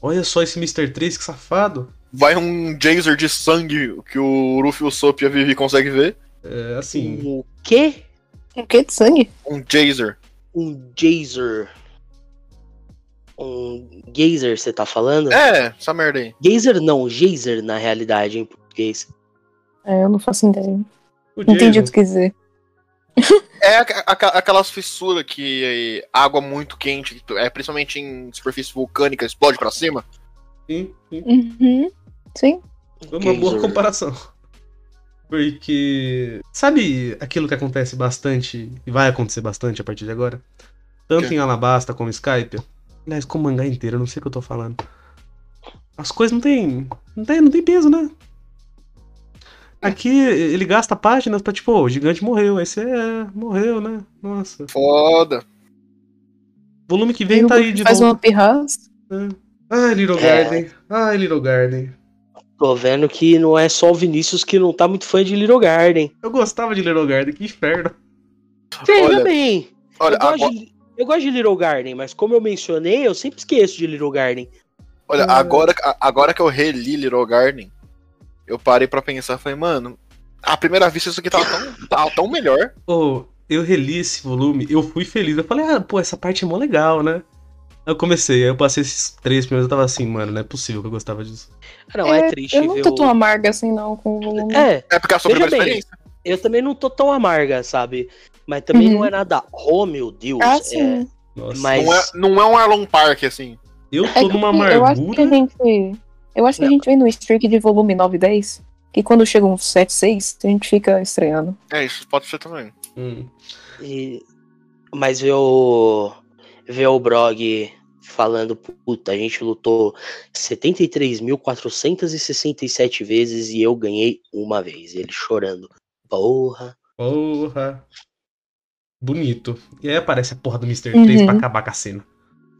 Speaker 2: Olha só esse Mr. 3, que safado.
Speaker 5: Vai um jaser de sangue que o Ruffy, o Sop e a Vivi conseguem ver.
Speaker 2: É, assim,
Speaker 3: O quê?
Speaker 4: Um quê de sangue?
Speaker 5: Um jaser.
Speaker 3: Um Jazer. Um Gazer, você tá falando?
Speaker 5: É, essa merda aí.
Speaker 3: Gazer não, Jazer na realidade em português.
Speaker 4: É, eu não faço ideia.
Speaker 2: o
Speaker 4: Não entendi o
Speaker 2: Jason.
Speaker 4: que quer dizer.
Speaker 5: É aca- aca- aquelas fissuras que é, água muito quente, que é, principalmente em superfície vulcânica, explode pra cima.
Speaker 2: Sim, sim.
Speaker 4: Uhum. Sim.
Speaker 2: Foi uma boa
Speaker 3: Gazer.
Speaker 2: comparação. Porque. Sabe aquilo que acontece bastante e vai acontecer bastante a partir de agora? Tanto
Speaker 5: Quê?
Speaker 2: em Alabasta como Skype. Aliás, como mangá inteiro, eu não sei o que eu tô falando. As coisas não tem. Não tem, não tem peso, né? Aqui ele gasta páginas pra tipo, "Ô, o gigante morreu. Aí você é, morreu, né? Nossa.
Speaker 5: Foda.
Speaker 2: Volume que
Speaker 4: Aí
Speaker 2: vem
Speaker 4: o
Speaker 2: tá aí
Speaker 4: Goku
Speaker 2: de
Speaker 4: faz
Speaker 2: volta.
Speaker 4: uma pirraça.
Speaker 2: Ai, Little
Speaker 3: É.
Speaker 2: Garden. Ai, Little Garden.
Speaker 3: Tô vendo que não é só o Vinícius que não tá muito fã de Little Garden.
Speaker 2: Eu gostava de Little Garden, que inferno.
Speaker 3: Veja
Speaker 5: Olha,
Speaker 3: bem,
Speaker 5: Olha,
Speaker 3: eu, gosto
Speaker 5: agora,
Speaker 3: de, eu gosto de Little Garden, mas como eu mencionei, eu sempre esqueço de Little Garden.
Speaker 5: olha, agora, a- agora que eu reli Little Garden, eu parei pra pensar, falei, mano, à primeira vista isso aqui tava tão, tava tão melhor.
Speaker 2: Pô, eu reli esse volume, eu fui feliz. Eu falei, ah, pô, essa parte é mó legal, né? Aí Eu comecei, aí eu passei esses três primeiros, eu tava assim, mano, não é possível que eu gostava disso.
Speaker 3: Não, é,
Speaker 4: É,
Speaker 3: triste
Speaker 4: Eu não
Speaker 3: ver
Speaker 4: tô tão
Speaker 3: o...
Speaker 4: amarga assim, não, com o volume.
Speaker 3: É,
Speaker 5: É porque é a sua
Speaker 3: Veja
Speaker 5: primeira
Speaker 3: bem.
Speaker 5: experiência.
Speaker 3: eu também não tô tão amarga, sabe? Mas também
Speaker 4: Uhum.
Speaker 3: não é nada. Oh, meu Deus.
Speaker 4: Ah,
Speaker 3: é-
Speaker 4: sim.
Speaker 2: Nossa,
Speaker 3: Mas-
Speaker 5: Não é, não é um Arlon Park, assim.
Speaker 2: eu
Speaker 4: É
Speaker 2: tô
Speaker 4: que
Speaker 2: numa
Speaker 4: Eu acho que a
Speaker 2: amargura.
Speaker 4: gente. Eu acho que a gente vem no streak de volume 9 e 10. Que quando chega um 7, 6, a gente fica estranhando.
Speaker 5: É, isso pode ser também.
Speaker 2: Hum,
Speaker 3: E- Mas ver o. Ver o Brog falando, puta, a gente lutou 73.467 vezes e eu ganhei uma vez. Ele chorando. Porra.
Speaker 2: porra. Bonito. E aí aparece a porra do Mr.
Speaker 4: Uhum.
Speaker 2: 3 pra acabar com a cena.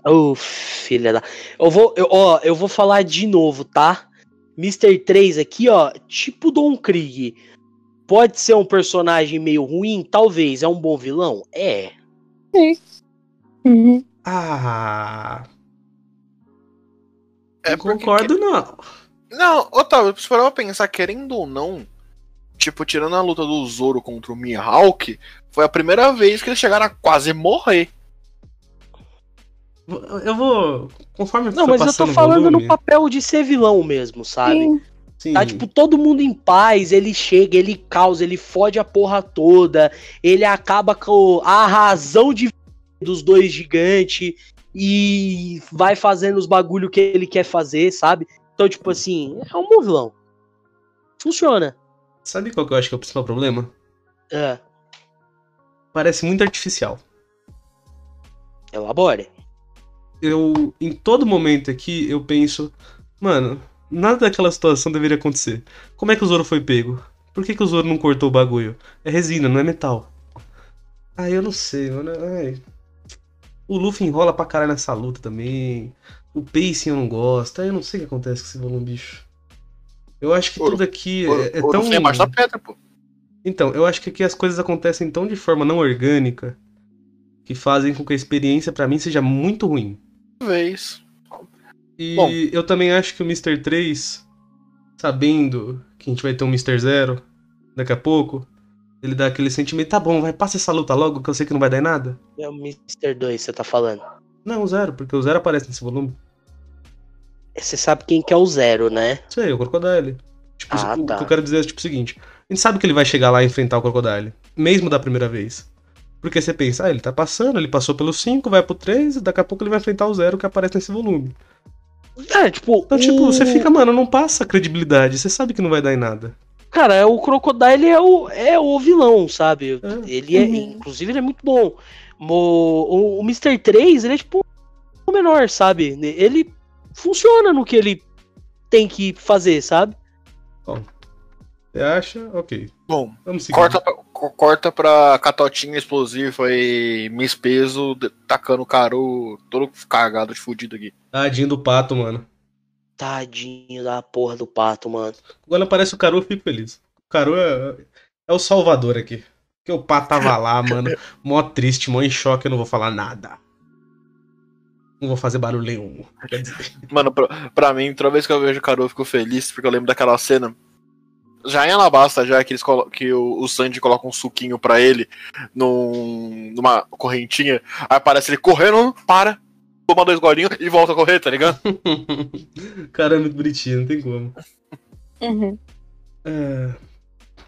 Speaker 3: Ô, filha da. Eu vou. Eu, ó, eu vou falar de novo, tá? Mr. 3 aqui, ó. Tipo Don Krieg. Pode ser um personagem meio ruim, talvez. É um bom vilão? É.
Speaker 4: Uhum.
Speaker 2: Ah,
Speaker 3: É
Speaker 5: É
Speaker 2: não
Speaker 5: porque-
Speaker 2: concordo não.
Speaker 5: Não, Otávio, se for pra pensar, querendo ou não, tipo, tirando a luta do Zoro contra o Mihawk, foi a primeira vez que eles chegaram a quase morrer.
Speaker 2: Eu vou. Conforme
Speaker 3: Não,
Speaker 2: for
Speaker 3: mas eu
Speaker 2: passando
Speaker 3: tô
Speaker 2: o
Speaker 3: falando
Speaker 2: volume,
Speaker 3: no papel de ser vilão mesmo, sabe?
Speaker 4: Sim.
Speaker 2: sim.
Speaker 3: Tá, tipo, todo mundo em paz, ele chega, ele causa, ele fode a porra toda, ele acaba com a razão de dos dois gigantes e vai fazendo os bagulho que ele quer fazer, sabe? Então, tipo assim, é um bom vilão. Funciona.
Speaker 2: Sabe qual que eu acho que é o principal problema?
Speaker 3: É,
Speaker 2: Parece muito artificial.
Speaker 3: elabore.
Speaker 2: Eu, em todo momento aqui, eu penso, mano, nada daquela situação deveria acontecer. Como é que o Zoro foi pego? Por que, que o Zoro não cortou o bagulho? É resina, não é metal. Ah, eu não sei, mano. Ai. O Luffy enrola pra caralho nessa luta também. O pacing eu não gosto. Ah, Eu não sei o que acontece com esse volume, bicho. Eu acho que
Speaker 5: Ouro.
Speaker 2: tudo aqui
Speaker 5: Ouro-
Speaker 2: é, é
Speaker 5: Ouro
Speaker 2: tão.
Speaker 5: fica embaixo da pedra, pô.
Speaker 2: Então, eu acho que aqui as coisas acontecem tão de forma não orgânica que fazem com que a experiência pra mim seja muito ruim.
Speaker 5: Talvez.
Speaker 2: E
Speaker 5: Bom.
Speaker 2: eu também acho que o Mr. 3, sabendo que a gente vai ter um Mr. Zero daqui a pouco, ele dá aquele sentimento, tá bom, vai, passa essa luta logo que eu sei que não vai dar em nada.
Speaker 3: É o Mr. 2, você tá falando.
Speaker 2: Não, o Zero, porque o Zero aparece nesse volume.
Speaker 3: Você sabe quem que é o zero, né?
Speaker 2: Isso aí, o Crocodile. Tipo,
Speaker 3: Ah,
Speaker 2: o
Speaker 3: tá.
Speaker 2: que eu quero dizer é tipo, o seguinte: a gente sabe que ele vai chegar lá e enfrentar o Crocodile, mesmo da primeira vez. Porque você pensa, ah, ele tá passando, ele passou pelo 5, vai pro 3, e daqui a pouco ele vai enfrentar o zero que aparece nesse volume.
Speaker 3: É, tipo.
Speaker 2: Então, tipo,
Speaker 3: o-
Speaker 2: você fica, mano, não passa credibilidade, você sabe que não vai dar em nada.
Speaker 3: Cara, o Crocodile é o, é o vilão, sabe?
Speaker 2: Ah,
Speaker 3: Ele é,
Speaker 4: uhum.
Speaker 3: inclusive, ele é muito bom. Mo- o, o Mr. 3, ele é tipo o menor, sabe? Ele funciona no que ele tem que fazer, sabe?
Speaker 2: Você acha? Ok.
Speaker 5: Bom,
Speaker 2: Vamos seguir.
Speaker 5: corta, pra- co- corta pra catotinha explosiva e Miss Peso de- tacando o Caru todo cagado de fudido aqui.
Speaker 2: Tadinho do pato, mano.
Speaker 3: Tadinho da porra do pato, mano.
Speaker 2: Quando aparece o Caru, eu fico feliz. O Caru é, é o salvador aqui. Porque o pato tava lá, mano. Mó triste, mó em choque, eu não vou falar nada. Não vou fazer barulho nenhum. Quer dizer,
Speaker 5: Mano, pra, pra mim, toda vez que eu vejo o Caru eu fico feliz, porque eu lembro daquela cena. Já em Alabasta, já que, eles colo- que o, o Sandy coloca um suquinho pra ele num, numa correntinha, aí aparece ele correndo, para, toma dois golinhos e volta a correr, tá ligado?
Speaker 2: o cara é muito bonitinho, não tem como.
Speaker 4: Uhum.
Speaker 2: É,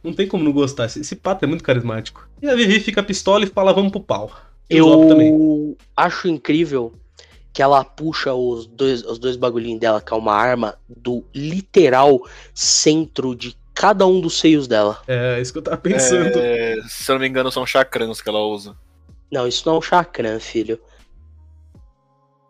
Speaker 2: Não tem como não gostar. Esse, esse pato é muito carismático. E a Vivi fica pistola e fala, vamos pro pau. E o Zop também.
Speaker 3: Eu acho incrível que ela puxa os dois, os dois bagulhinhos dela, que é uma arma, do literal centro de cada um dos seios dela.
Speaker 2: É isso que eu tava pensando.
Speaker 5: É, se eu não me engano, são chacrãs que ela usa.
Speaker 3: Não, isso não é um chakran, filho.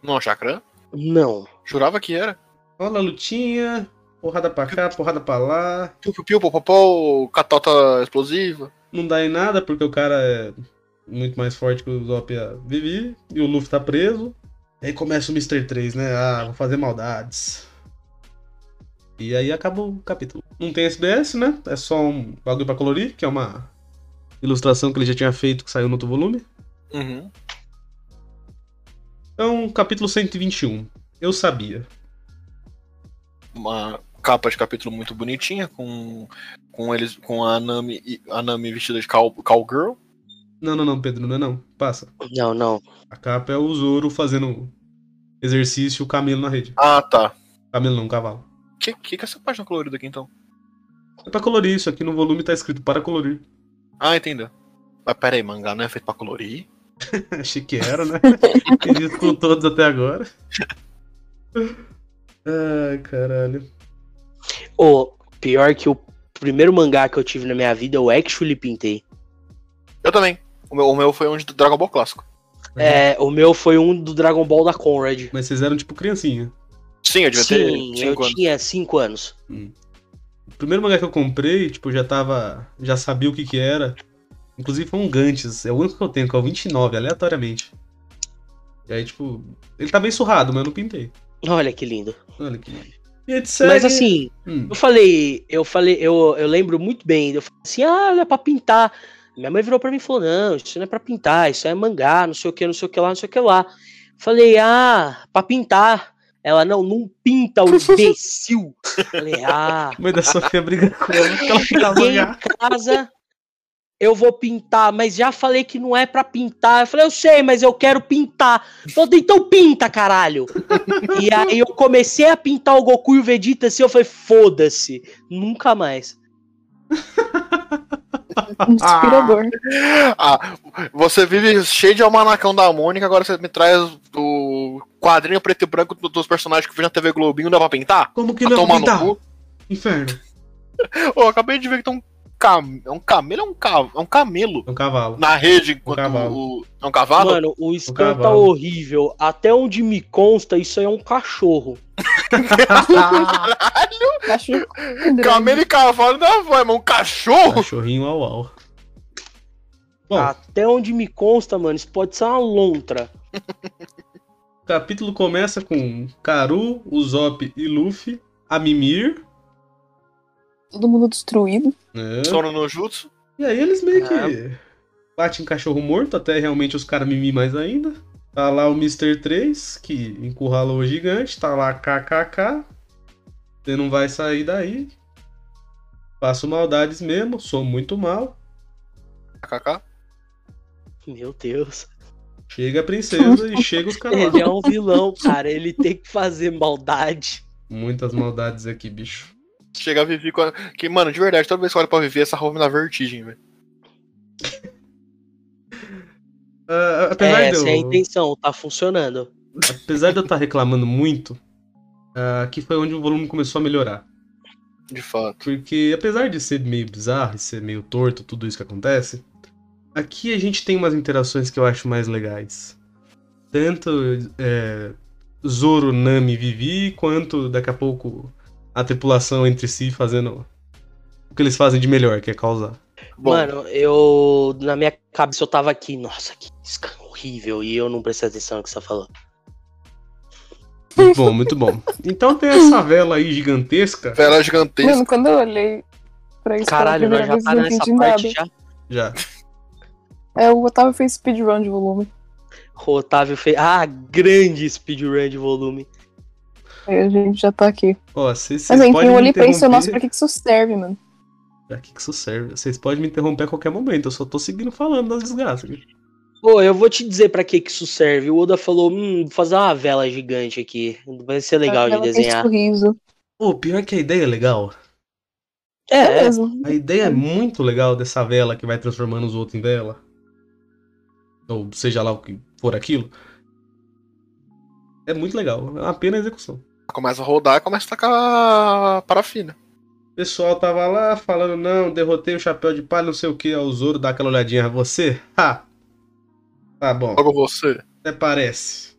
Speaker 5: Não é um chacrã?
Speaker 3: Não.
Speaker 5: Jurava que era.
Speaker 2: Olha a lutinha. Porrada pra cá, porrada pra lá.
Speaker 5: Piu, piu, piu, popopó, catota explosiva.
Speaker 2: não dá em nada porque o cara é muito mais forte que o Zop e a Vivi e o Luffy tá preso. Aí começa o Mr. 3, né? Ah, vou fazer maldades. E aí acabou o capítulo. Não tem SBS, né? É só um bagulho pra colorir, que é uma ilustração que ele já tinha feito que saiu no outro volume.
Speaker 5: Uhum.
Speaker 2: Então, capítulo 121. Eu sabia.
Speaker 5: Uma capa de capítulo muito bonitinha, com, com eles com a Nami, e- a Nami vestida de cow, cowgirl.
Speaker 2: Não, não, não, Pedro, não é não. Passa.
Speaker 3: Não, não.
Speaker 2: A capa é o Zoro fazendo exercício, o camelo na rede.
Speaker 5: Ah, tá.
Speaker 2: Camelo não, cavalo.
Speaker 5: O que, que, que é essa página colorida aqui então?
Speaker 2: É pra colorir isso aqui no volume tá escrito para colorir.
Speaker 5: Ah, entendeu. Mas pera aí, mangá não é feito pra colorir?
Speaker 2: Achei que era, né? Fiz isso com todos até agora. Ai, caralho.
Speaker 3: Ô, pior que o primeiro mangá que eu tive na minha vida, eu actually pintei.
Speaker 5: Eu também. O meu, o meu foi um de Dragon Ball clássico.
Speaker 3: É, o meu foi um do Dragon Ball da Conrad.
Speaker 2: Mas vocês eram tipo criancinha.
Speaker 5: Sim, eu devia
Speaker 3: Sim,
Speaker 5: ter
Speaker 3: eu
Speaker 5: 5 anos.
Speaker 3: tinha 5 anos.
Speaker 2: O primeiro mangá que eu comprei, tipo, já tava. Já sabia o que que era. Inclusive foi um Gantes. É o único que eu tenho, que é o 29, aleatoriamente. E aí, tipo. Ele tá bem surrado, mas eu não pintei.
Speaker 3: Olha que lindo.
Speaker 2: Olha que. E etc.
Speaker 3: Mas assim,
Speaker 2: Hum.
Speaker 3: eu falei, eu falei, eu, eu lembro muito bem. Eu falei assim, ah, não é pra pintar. Minha mãe virou pra mim e falou: não, isso não é pra pintar, isso é mangá, não sei o que, não sei o que lá, não sei o que lá. Falei, ah, pra pintar. Ela, não, não pinta o imbecil. falei, ah,
Speaker 2: Mãe da Sofia briga com ela, porque ela fica
Speaker 3: Cheguei
Speaker 2: amanhã.
Speaker 3: em casa, eu vou pintar, mas já falei que não é pra pintar. Eu falei, eu sei, mas eu quero pintar. Falei, então pinta, caralho. e aí eu comecei a pintar o Goku e o Vegeta assim, eu falei, foda-se, nunca mais.
Speaker 4: Um Inspirador.
Speaker 5: Ah, você vive cheio de almanacão da Mônica, agora você me traz o quadrinho preto e branco do- dos personagens que eu vi na TV Globinho, dá pra pintar?
Speaker 2: Como que
Speaker 5: Pra
Speaker 2: não é pra
Speaker 5: tomar
Speaker 2: pintar?
Speaker 5: no cu?
Speaker 2: Inferno.
Speaker 5: Ô, eu acabei de ver que tem um, cam... é um camelo, é um, ca... é um camelo
Speaker 2: É um cavalo.
Speaker 5: na rede enquanto
Speaker 2: cavalo.
Speaker 5: o... É um cavalo?
Speaker 3: Mano, o Stan tá
Speaker 2: cavalo.
Speaker 3: horrível. Até onde me consta, isso aí é um cachorro.
Speaker 2: Ah.
Speaker 4: Acho grande.
Speaker 5: Camelo e cavalo não vai, mas um cachorro?
Speaker 2: Cachorrinho au au. Bom,
Speaker 3: Até onde me consta, mano, isso pode ser uma lontra.
Speaker 2: o capítulo começa com Karu, Usopp e Luffy a mimir.
Speaker 4: Todo mundo destruído.
Speaker 2: né?
Speaker 5: Sono no jutsu.
Speaker 2: E aí eles meio que
Speaker 3: Ah.
Speaker 2: batem cachorro morto até realmente os caras mimir mais ainda. Tá lá o Mr. 3, que encurralou o gigante. Tá lá KKK. Você não vai sair daí. Faço maldades mesmo, sou muito mal.
Speaker 5: KKK.
Speaker 3: Meu Deus.
Speaker 2: Chega a princesa e chega os caras
Speaker 3: Ele
Speaker 2: lá.
Speaker 3: é um vilão, cara. Ele tem que fazer maldade.
Speaker 2: Muitas maldades aqui, bicho.
Speaker 5: Chega a Vivi com a... Que, mano, de verdade, toda vez que eu olho pra Vivi, essa roupa me dá vertigem, velho.
Speaker 2: Ah, apesar
Speaker 3: É,
Speaker 2: de eu...
Speaker 3: essa é a intenção, tá funcionando.
Speaker 2: apesar de eu estar reclamando muito, ah, aqui foi onde o volume começou a melhorar.
Speaker 5: De fato.
Speaker 2: Porque apesar de ser meio bizarro e ser meio torto tudo isso que acontece, aqui a gente tem umas interações que eu acho mais legais. Tanto é, Zoro, Nami e Vivi, quanto daqui a pouco a tripulação entre si fazendo o que eles fazem de melhor, que é causar.
Speaker 5: Bom,
Speaker 3: Mano, eu. Na minha cabeça eu tava aqui, nossa, que isca horrível. E eu não prestei atenção no que você tá falando.
Speaker 2: Muito bom, muito bom. Então tem essa vela aí gigantesca.
Speaker 5: vela gigantesca.
Speaker 4: Mano, quando eu olhei pra isso pela
Speaker 3: Caralho, nós
Speaker 4: primeira
Speaker 3: já
Speaker 4: vez,
Speaker 3: tá
Speaker 4: não
Speaker 3: nessa
Speaker 4: entendi nada.
Speaker 3: parte já.
Speaker 2: Já.
Speaker 4: É, o Otávio fez speedrun de volume.
Speaker 3: O Otávio fez. Ah, grande speedrun de volume.
Speaker 4: Aí a gente já tá aqui.
Speaker 2: Ó, vocês
Speaker 4: Mas
Speaker 2: vocês
Speaker 4: enfim,
Speaker 2: podem
Speaker 4: eu
Speaker 2: me
Speaker 4: olhei pra isso e,
Speaker 2: interromper.
Speaker 4: nossa, pra que que isso serve, mano?
Speaker 2: Pra É que que isso serve? Vocês podem me interromper a qualquer momento, eu só tô seguindo falando das desgraças.
Speaker 3: Pô, eu vou te dizer pra que que isso serve. O Oda falou, hum, vou fazer uma vela gigante aqui. Vai ser legal de
Speaker 4: Ela tem
Speaker 3: desenhar.
Speaker 4: sorriso.
Speaker 2: Pô, pior que a ideia é legal.
Speaker 4: É,
Speaker 3: É,
Speaker 4: mesmo.
Speaker 2: A ideia é muito legal dessa vela que vai transformando os outros em vela. Ou seja lá o que for aquilo. É muito legal, é uma pena a execução.
Speaker 5: Começa a rodar, começa a tacar parafina.
Speaker 2: O pessoal tava lá falando, não, derrotei o chapéu de palha, não sei o que, é o Zoro dá aquela olhadinha, você? Ha! Tá bom,
Speaker 5: Logo você.
Speaker 2: até parece.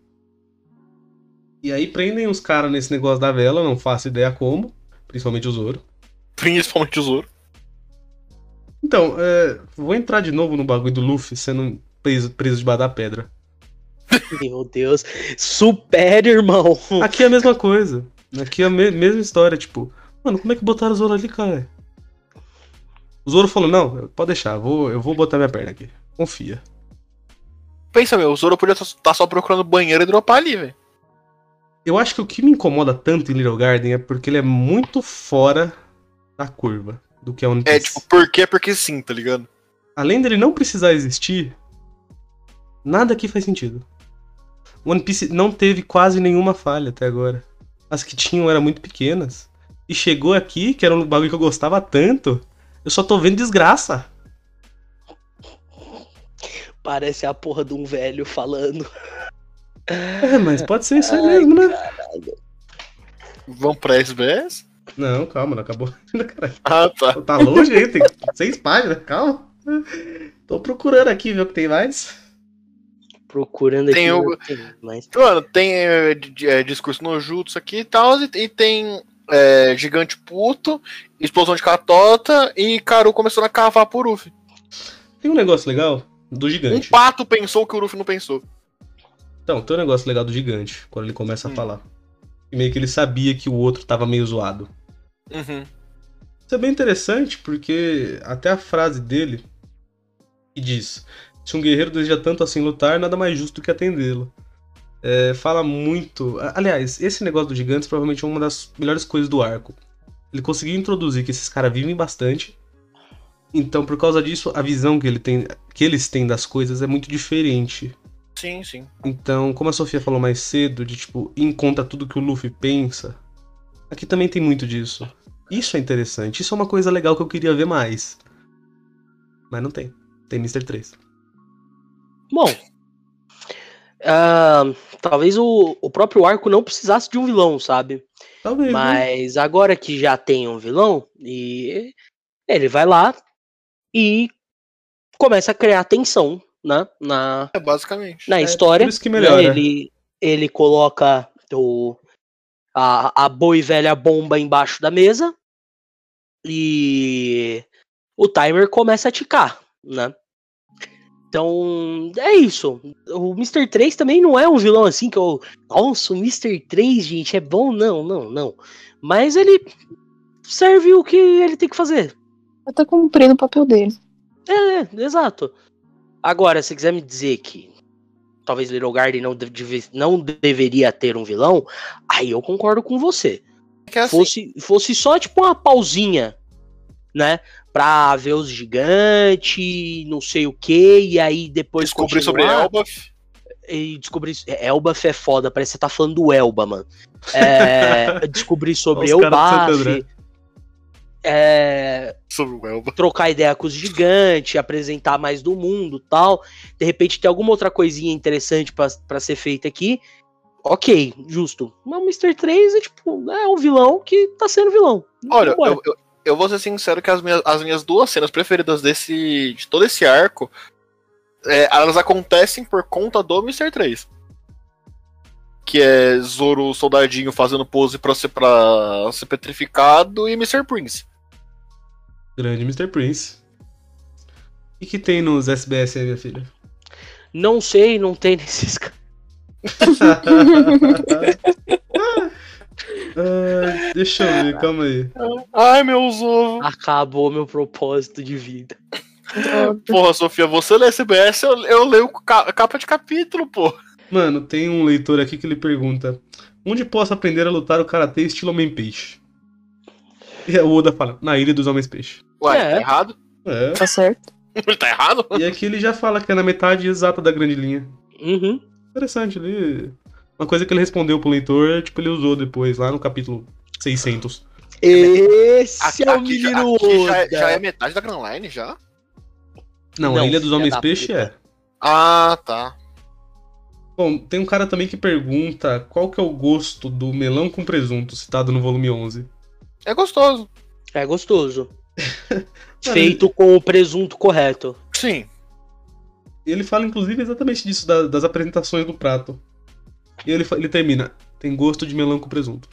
Speaker 2: E aí prendem os caras nesse negócio da vela, não faço ideia como, principalmente o Zoro.
Speaker 5: Principalmente o Zoro.
Speaker 2: Então, é, vou entrar de novo no bagulho do Luffy sendo um preso, preso debaixo da pedra.
Speaker 3: meu Deus. Super, irmão.
Speaker 2: Aqui é a mesma coisa. Aqui é a me- mesma história, tipo, mano, como é que botaram o Zoro ali, cara? O Zoro falou, não, pode deixar, vou, eu vou botar minha perna aqui. Confia.
Speaker 5: Pensa, meu, o Zoro podia estar só procurando banheiro e dropar ali, velho.
Speaker 2: Eu acho que o que me incomoda tanto em Little Garden é porque ele é muito fora da curva do que é One Piece.
Speaker 5: É, tipo, por quê? Porque sim, tá ligado?
Speaker 2: Além dele não precisar existir, nada aqui faz sentido. One Piece não teve quase nenhuma falha até agora. As que tinham eram muito pequenas. E chegou aqui, que era um bagulho que eu gostava tanto, eu só tô vendo desgraça.
Speaker 3: Parece a porra de um velho falando.
Speaker 2: É, mas pode ser isso aí mesmo, né?
Speaker 5: Vamos pra SBS?
Speaker 2: Não, calma, não acabou. ainda, caralho.
Speaker 5: Ah, tá.
Speaker 2: Tá longe aí, tem seis páginas, calma. Tô procurando aqui ver o que tem mais.
Speaker 3: Procurando aqui.
Speaker 5: Tem o-
Speaker 3: não tem mais.
Speaker 5: Mano, tem é, de- de- é, discurso no Jutsu aqui e tal, e, e tem é, gigante puto, explosão de catota e Karu começando a cavar por Uff.
Speaker 2: Tem um negócio legal do
Speaker 5: Um
Speaker 2: gigante.
Speaker 5: pato pensou o que o Uff não pensou.
Speaker 2: Então, tem um negócio legal do gigante, quando ele começa a
Speaker 5: Hum.
Speaker 2: falar. E meio que ele sabia que o outro tava meio zoado.
Speaker 5: Uhum.
Speaker 2: Isso é bem interessante porque até a frase dele que diz: Se um guerreiro deseja tanto assim lutar, nada mais justo do que atendê-lo. É, fala muito. a- Aliás, esse negócio dos gigantes provavelmente é uma das melhores coisas do arco. Ele conseguiu introduzir que esses caras vivem bastante. Então, por causa disso, a visão que, ele tem, que eles têm das coisas é muito diferente.
Speaker 5: Sim, sim.
Speaker 2: Então, como a Sofia falou mais cedo, de tipo, ir em conta tudo que o Luffy pensa, aqui também tem muito disso. Isso é interessante, isso é uma coisa legal que eu queria ver mais. Mas não tem. Tem Mr. 3.
Speaker 3: Bom, ah, talvez o, o próprio arco não precisasse de um vilão, sabe?
Speaker 2: Talvez. né?
Speaker 3: Mas agora que já tem um vilão, e ele vai lá e começa a criar tensão né, na,
Speaker 5: É basicamente.
Speaker 3: na
Speaker 2: É,
Speaker 3: história.
Speaker 2: Por isso que melhora.
Speaker 3: Ele, ele coloca o, a, a boa e velha bomba embaixo da mesa e o timer começa a ticar, né? Então, é isso. O Mr. 3 também não é um vilão assim que eu. Nossa, o Mr. 3, gente, é bom? Não, não, não. Mas ele serve o que ele tem que fazer.
Speaker 4: Eu tô cumprindo o papel dele.
Speaker 3: É, é, exato. Agora, se quiser me dizer que talvez Little Garden não, deve- não deveria ter um vilão, aí eu concordo com você.
Speaker 5: É que é assim.
Speaker 3: Fosse, fosse só tipo uma pausinha, né? Pra ver os gigantes, não sei o que, e aí depois.
Speaker 5: Descobrir sobre
Speaker 3: continuar
Speaker 5: Elbaf.
Speaker 3: E descobrir. Elbaf é foda, parece que você tá falando do Elba, mano. É, descobrir sobre
Speaker 2: Os caras do Santo
Speaker 3: Elbaf.
Speaker 2: André.
Speaker 3: É,
Speaker 5: Sobre o Elba.
Speaker 3: trocar ideia com os gigantes, apresentar mais do mundo tal. De repente tem alguma outra coisinha interessante pra- pra ser feita aqui. Ok, justo. Mas o Mr. 3 é tipo, é um vilão que tá sendo vilão.
Speaker 5: Olha,
Speaker 3: Vambora.
Speaker 5: eu, eu, eu vou ser sincero que as minhas, as minhas duas cenas preferidas desse, de todo esse arco, é, elas acontecem por conta do Mr. 3. Que é Zoro soldadinho fazendo pose pra ser, pra ser petrificado e Mr. Prince.
Speaker 2: Grande Mr. Prince. O que, que tem nos SBS aí, minha filha?
Speaker 3: não sei, não tem nesses ca-
Speaker 2: Ah, deixa eu ver, calma aí.
Speaker 5: Ai, meu Zoro.
Speaker 3: Acabou meu propósito de vida.
Speaker 4: Então,
Speaker 5: Porra, Sofia, você lê CBS, eu, eu leio ca- capa de capítulo, pô.
Speaker 2: Mano, tem um leitor aqui que ele pergunta: Onde posso aprender a lutar o karatê estilo homem-peixe? E o Oda fala: Na ilha dos homens-peixe.
Speaker 5: Ué,
Speaker 3: É.
Speaker 5: tá errado?
Speaker 2: É.
Speaker 4: Tá certo?
Speaker 5: Ele tá errado?
Speaker 2: E aqui ele já fala que é na metade exata da grande linha.
Speaker 3: Uhum.
Speaker 2: Interessante, ele. Uma coisa que ele respondeu pro leitor, tipo, ele usou depois, lá no capítulo 600.
Speaker 3: Esse é o
Speaker 5: É, Aqui já-
Speaker 3: menino
Speaker 5: aqui já, é-
Speaker 3: Oda.
Speaker 5: já é metade da Grand Line, já?
Speaker 2: Não,
Speaker 3: Não,
Speaker 2: a Ilha dos
Speaker 3: filha da
Speaker 2: Homens-Peixe é.
Speaker 5: Ah, tá.
Speaker 2: Bom, tem um cara também que pergunta qual que é o gosto do melão com presunto, citado no volume 11.
Speaker 5: É gostoso.
Speaker 3: É gostoso. Feito com o presunto correto.
Speaker 5: Sim.
Speaker 2: E ele fala, inclusive, exatamente disso, da- das apresentações do prato. E ele, fa- ele termina, tem gosto de melão com presunto.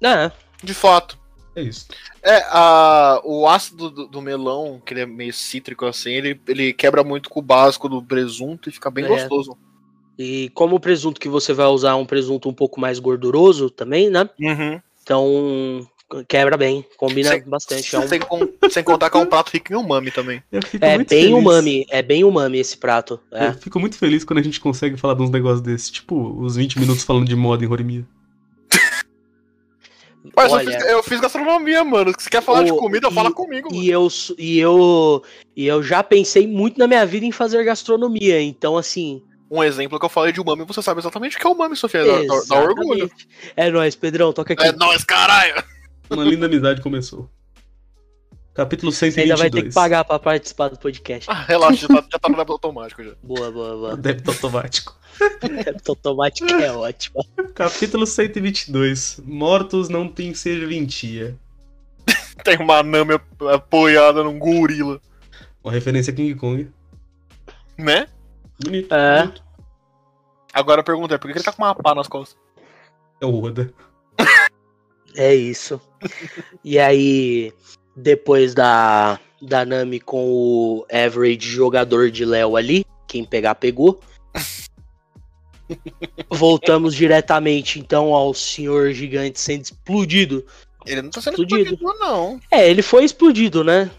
Speaker 3: É,
Speaker 5: De fato.
Speaker 2: É isso.
Speaker 5: É, a, o ácido do, do melão, que ele é meio cítrico assim, ele, ele quebra muito com o básico do presunto e fica bem
Speaker 3: É.
Speaker 5: gostoso.
Speaker 3: E como o presunto que você vai usar é um presunto um pouco mais gorduroso também, né?
Speaker 5: Uhum.
Speaker 3: Então quebra bem, combina
Speaker 5: Sem-
Speaker 3: bastante. É, um-
Speaker 5: Sem, con- sem contar que é um prato rico em umami também.
Speaker 2: Eu fico
Speaker 3: é
Speaker 2: muito
Speaker 3: bem
Speaker 2: feliz.
Speaker 3: umami, é bem umami esse prato. é.
Speaker 5: Hum.
Speaker 2: Eu fico muito feliz quando a gente consegue falar de uns negócios desses, tipo, os 20 minutos falando de moda em Horimiya.
Speaker 5: Mas eu,
Speaker 3: Olha.
Speaker 5: fiz, eu fiz gastronomia, mano. Se quer falar de
Speaker 3: O-
Speaker 5: comida,
Speaker 3: e-
Speaker 5: fala comigo, mano.
Speaker 3: E eu, su- e, eu, e eu já pensei muito na minha vida em fazer gastronomia, então assim.
Speaker 5: Um exemplo que eu falei de umami, você sabe exatamente o que é umami, Sofia. Dá, dá- dá orgulho.
Speaker 3: exatamente. É nóis, Pedrão, toca aqui.
Speaker 5: É nóis, caralho!
Speaker 2: Uma linda amizade começou. Capítulo
Speaker 3: Você
Speaker 2: 122.
Speaker 3: ainda vai ter que pagar pra participar do podcast.
Speaker 5: Ah, relaxa, já tá, já tá no débito automático já.
Speaker 3: Boa, boa, boa.
Speaker 2: Débito automático.
Speaker 3: Capitão Tomate que é ótimo.
Speaker 2: Capítulo 122. Mortos não têm serventia.
Speaker 5: Tem uma name ap- apoiada num gorila,
Speaker 2: Uma referência a King Kong.
Speaker 5: né?
Speaker 2: Bonito.
Speaker 3: É.
Speaker 2: bonito.
Speaker 5: Agora a pergunta é, por que que ele tá com uma pá nas costas?
Speaker 2: É o Oda.
Speaker 3: É isso. E aí, depois da, da Nami com o average jogador de Léo ali, quem pegar, pegou. Voltamos diretamente então ao senhor gigante sendo explodido.
Speaker 5: Ele não tá sendo
Speaker 3: Explodido.
Speaker 5: explodido, não.
Speaker 3: É, ele foi explodido, né?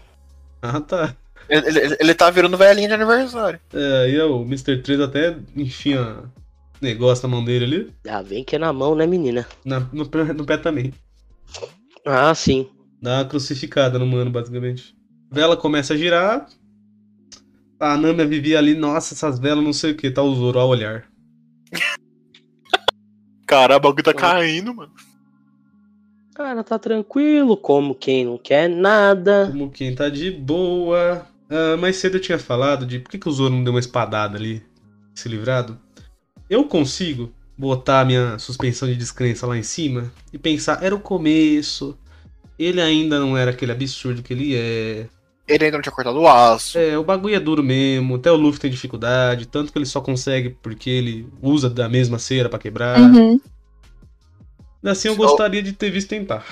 Speaker 2: Ah, tá.
Speaker 5: Ele, ele, ele tá virando velhinha de aniversário.
Speaker 2: É, aí ó, o Mr. 3 até enfia negócio na mão dele ali.
Speaker 3: Ah, vem que é na mão, né, menina?
Speaker 2: Na, no, pé- no pé também.
Speaker 3: Ah, sim.
Speaker 2: Dá uma crucificada no mano, basicamente. Vela começa a girar. A Nami vivia ali, nossa, essas velas não sei o que, tá o Zoro ao olhar.
Speaker 5: Caralho, o bagulho tá caindo, mano.
Speaker 3: Cara, tá tranquilo, como quem não quer nada.
Speaker 2: Como quem tá de boa. Ah, mais cedo eu tinha falado de por que, que o Zoro não deu uma espadada ali, se livrado. Eu consigo botar a minha suspensão de descrença lá em cima e pensar, era o começo, ele ainda não era aquele absurdo que ele é.
Speaker 5: Ele ainda não tinha cortado o aço.
Speaker 2: É, o bagulho é duro mesmo, até o Luffy tem dificuldade, tanto que ele só consegue porque ele usa da mesma cera pra quebrar.
Speaker 4: Uhum.
Speaker 2: Assim eu
Speaker 5: Só-
Speaker 2: gostaria de ter visto tentar.